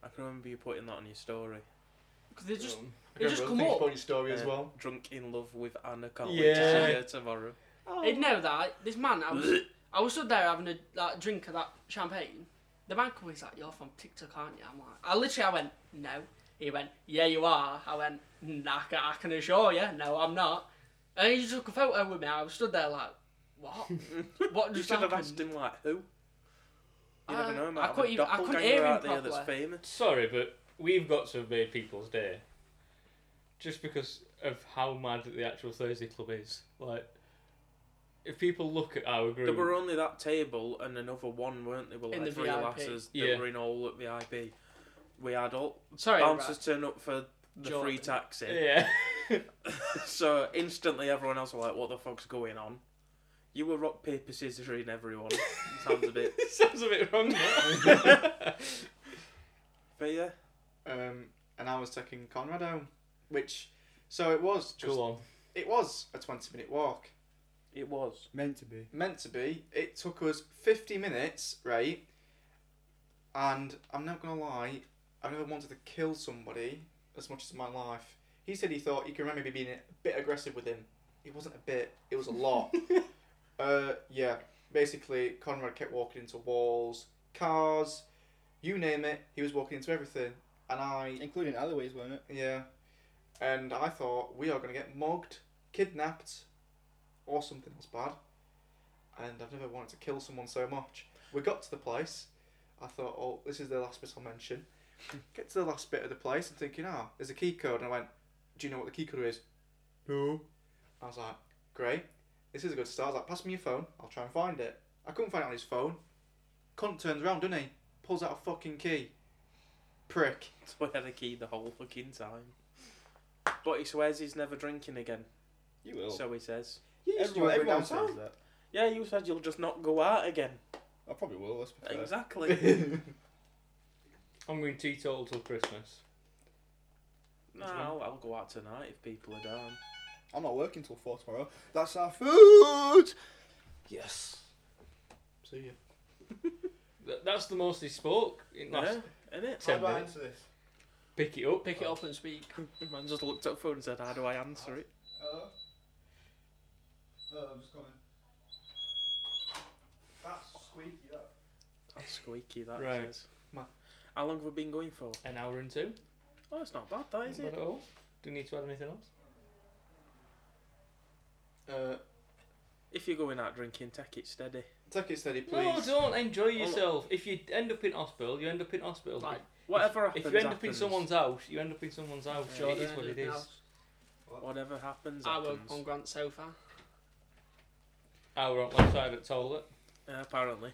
[SPEAKER 1] I can remember you putting that on your story.
[SPEAKER 3] 'Cause they just
[SPEAKER 4] Um,
[SPEAKER 3] it just come up.
[SPEAKER 2] Funny story as
[SPEAKER 1] Yeah.
[SPEAKER 2] well.
[SPEAKER 1] Uh, Drunk in love with Anna. Can't wait to
[SPEAKER 2] Yeah.
[SPEAKER 1] see her tomorrow.
[SPEAKER 3] They'd know that this man. I was I was stood there having a like, drink of that champagne. The man comes he's like, "You're from TikTok, aren't you?" I'm like, I literally I went, "No." He went, "Yeah, you are." I went, "Nah, I can- I can assure you, no, I'm not." And he just took a photo with me. I was stood there like, "What? What
[SPEAKER 1] You
[SPEAKER 3] just
[SPEAKER 1] should have
[SPEAKER 3] happened?"
[SPEAKER 1] asked him like who. You
[SPEAKER 3] Uh,
[SPEAKER 1] never know. Might
[SPEAKER 3] I
[SPEAKER 1] have
[SPEAKER 3] couldn't
[SPEAKER 1] a
[SPEAKER 3] even- I couldn't
[SPEAKER 1] doppelganger
[SPEAKER 3] hear him
[SPEAKER 1] out there that's
[SPEAKER 3] properly.
[SPEAKER 1] famous.
[SPEAKER 9] Sorry, but we've got to have made people's day just because of how mad the actual Thursday Club is. Like, if people look at our
[SPEAKER 1] There
[SPEAKER 9] group,
[SPEAKER 1] were only that table and another one, weren't there? Well,
[SPEAKER 3] In
[SPEAKER 1] like
[SPEAKER 3] the
[SPEAKER 1] three
[SPEAKER 3] VIP.
[SPEAKER 1] lasses that
[SPEAKER 9] Yeah.
[SPEAKER 1] were in all at VIP. We had all
[SPEAKER 3] Sorry,
[SPEAKER 1] bouncers
[SPEAKER 3] right.
[SPEAKER 1] turn up for the free
[SPEAKER 3] Jordan.
[SPEAKER 1] taxi.
[SPEAKER 9] yeah,
[SPEAKER 1] So instantly everyone else were like, what the fuck's going on? You were rock, paper, scissoring everyone. Sounds a bit.
[SPEAKER 9] sounds a bit wrong.
[SPEAKER 1] But yeah,
[SPEAKER 2] Um, and I was taking Conrad home, which so it was just
[SPEAKER 9] Go on.
[SPEAKER 2] it was a twenty minute walk.
[SPEAKER 1] it was.
[SPEAKER 4] Meant to be.
[SPEAKER 2] meant to be. It took us 50 minutes, right? And I'm not gonna lie, I've never wanted to kill somebody as much as in my life. He said he thought you can remember me being a bit aggressive with him. It wasn't a bit, it was a lot. uh, yeah, basically, Conrad kept walking into walls, cars, you name it, he was walking into everything. And I
[SPEAKER 4] Including alleyways, weren't it?
[SPEAKER 2] yeah. And I thought we are going to get mugged, kidnapped, or something else bad. And I've never wanted to kill someone so much. We got to the place. I thought, oh, this is the last bit I'll mention. Get to the last bit of the place and thinking, ah, there's a key code. And I went, do you know what the key code is? No. I was like, great. This is a good start. I was like, pass me your phone. I'll try and find it. I couldn't find it on his phone. Cunt turns around, doesn't he? Pulls out a fucking key. Prick.
[SPEAKER 1] So we had a key the whole fucking time. But he swears he's never drinking again.
[SPEAKER 4] You will.
[SPEAKER 1] So he says.
[SPEAKER 2] You used to
[SPEAKER 4] everyone
[SPEAKER 2] work
[SPEAKER 4] everyone
[SPEAKER 2] downtown.
[SPEAKER 4] says that.
[SPEAKER 1] Yeah, you said you'll just not go out again.
[SPEAKER 4] I probably will. Let's be fair.
[SPEAKER 1] Exactly.
[SPEAKER 9] I'm going teetotal till Christmas.
[SPEAKER 1] no, I'll, I'll go out tonight if people are down.
[SPEAKER 4] I'm not working till four tomorrow. That's our food. Yes.
[SPEAKER 2] See ya.
[SPEAKER 9] Th- That's the most he spoke in last
[SPEAKER 1] Yeah, innit?
[SPEAKER 9] ten
[SPEAKER 4] How do I
[SPEAKER 9] minutes.
[SPEAKER 4] answer this?
[SPEAKER 9] Pick it up.
[SPEAKER 3] Pick it up and speak.
[SPEAKER 1] The man just looked up phone and said, How do I answer it?
[SPEAKER 4] Hello. Hello, I'm just coming. That's squeaky. That.
[SPEAKER 1] That's squeaky, that
[SPEAKER 9] Right.
[SPEAKER 1] is.
[SPEAKER 2] Ma-
[SPEAKER 1] How long have we been going for?
[SPEAKER 9] An hour and two.
[SPEAKER 1] Oh, it's not bad, that is
[SPEAKER 9] Not
[SPEAKER 1] it?
[SPEAKER 9] bad at all. Do you need to add anything else?
[SPEAKER 2] Uh,
[SPEAKER 1] If you're going out drinking, take it steady.
[SPEAKER 2] take it steady, please.
[SPEAKER 9] No, don't enjoy
[SPEAKER 1] Hold on.
[SPEAKER 9] yourself. If you end up in hospital, you end up in hospital.
[SPEAKER 3] Like,
[SPEAKER 1] Whatever happens,
[SPEAKER 9] if you end up in
[SPEAKER 1] happens.
[SPEAKER 9] someone's house, you end up in someone's house.
[SPEAKER 1] Yeah,
[SPEAKER 9] It is what it is.
[SPEAKER 1] Whatever happens,
[SPEAKER 3] I
[SPEAKER 1] happens.
[SPEAKER 3] work on Grant's sofa.
[SPEAKER 9] Hour on left side at toilet.
[SPEAKER 1] Uh, apparently.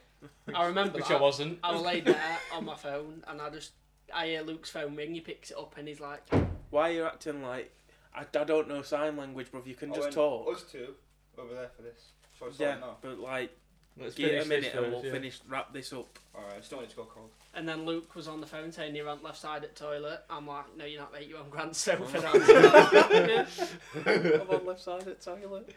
[SPEAKER 3] I remember
[SPEAKER 9] Which
[SPEAKER 3] that.
[SPEAKER 9] I wasn't.
[SPEAKER 3] I was laid there on my phone and I just I hear Luke's phone ring. He picks it up and he's like,
[SPEAKER 1] Why are you acting like. I, I don't know sign language, bruv. You can just talk.
[SPEAKER 4] Us two over there for this. So it's
[SPEAKER 1] Yeah,
[SPEAKER 4] like, no.
[SPEAKER 1] but like,
[SPEAKER 9] Let's
[SPEAKER 1] give
[SPEAKER 9] finish
[SPEAKER 1] it
[SPEAKER 9] this
[SPEAKER 1] a minute and
[SPEAKER 9] first,
[SPEAKER 1] we'll
[SPEAKER 9] yeah.
[SPEAKER 1] finish, wrap this up.
[SPEAKER 4] All right. I still need to go cold.
[SPEAKER 3] and then Luke was on the phone saying you're on left side at toilet. I'm like, no, you're not, mate. You're on Grant's sofa.
[SPEAKER 1] Oh.
[SPEAKER 3] downstairs."
[SPEAKER 1] I'm on left side at toilet.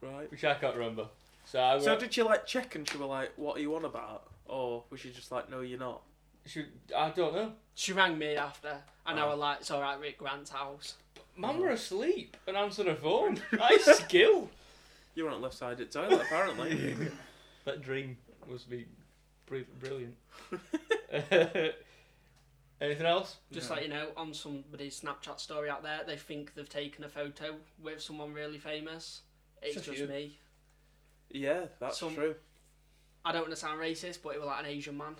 [SPEAKER 1] Right.
[SPEAKER 9] Which I can't remember. So I
[SPEAKER 1] So
[SPEAKER 9] went,
[SPEAKER 1] did you like check and she were like, what are you on about? Or was she just like, no, you're not?
[SPEAKER 9] should, I don't know.
[SPEAKER 3] she rang me after, and I
[SPEAKER 1] Wow.
[SPEAKER 3] was like, it's all right, we're at Grant's house.
[SPEAKER 9] Man were asleep and answered a phone. That is skill.
[SPEAKER 1] You were on left side at toilet, apparently.
[SPEAKER 9] That dream must be bri- brilliant. Anything else?
[SPEAKER 3] Just
[SPEAKER 1] Yeah.
[SPEAKER 3] like you know, on somebody's Snapchat story out there, they think they've taken a photo with someone really famous. It's
[SPEAKER 4] Just
[SPEAKER 3] just
[SPEAKER 4] you.
[SPEAKER 3] me.
[SPEAKER 1] yeah, that's
[SPEAKER 3] Some-
[SPEAKER 1] true.
[SPEAKER 3] I don't want to sound racist, but it was like an Asian man.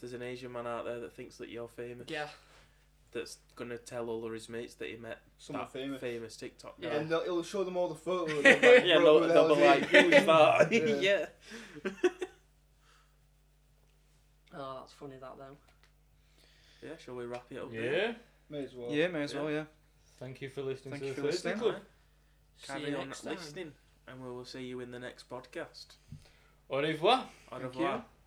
[SPEAKER 1] There's an Asian man out there that thinks that you're famous.
[SPEAKER 3] Yeah,
[SPEAKER 1] That's gonna tell all of his mates that he met
[SPEAKER 4] Someone
[SPEAKER 1] that
[SPEAKER 4] famous.
[SPEAKER 1] famous TikTok guy.
[SPEAKER 3] Yeah.
[SPEAKER 4] And they'll, it'll show them all the photos. and they'll be
[SPEAKER 1] Yeah, they'll,
[SPEAKER 4] like, "Bro, who the
[SPEAKER 1] they'll be
[SPEAKER 4] hell is
[SPEAKER 1] like,
[SPEAKER 4] he?"
[SPEAKER 1] who's that? yeah.
[SPEAKER 4] Yeah.
[SPEAKER 3] oh, that's funny that though.
[SPEAKER 1] Yeah, shall we wrap it up? there?
[SPEAKER 9] Yeah.
[SPEAKER 4] May as well.
[SPEAKER 2] Yeah, may as well, yeah.
[SPEAKER 9] Thank you for listening
[SPEAKER 2] Thank
[SPEAKER 9] to
[SPEAKER 2] you
[SPEAKER 9] the
[SPEAKER 2] for
[SPEAKER 9] Thursday
[SPEAKER 2] listening.
[SPEAKER 9] Club.
[SPEAKER 3] See
[SPEAKER 1] Carry
[SPEAKER 3] you
[SPEAKER 1] on
[SPEAKER 3] next time.
[SPEAKER 1] listening, and we will see you in the next podcast.
[SPEAKER 9] Au revoir.
[SPEAKER 1] Au
[SPEAKER 2] Thank
[SPEAKER 1] revoir.
[SPEAKER 2] you.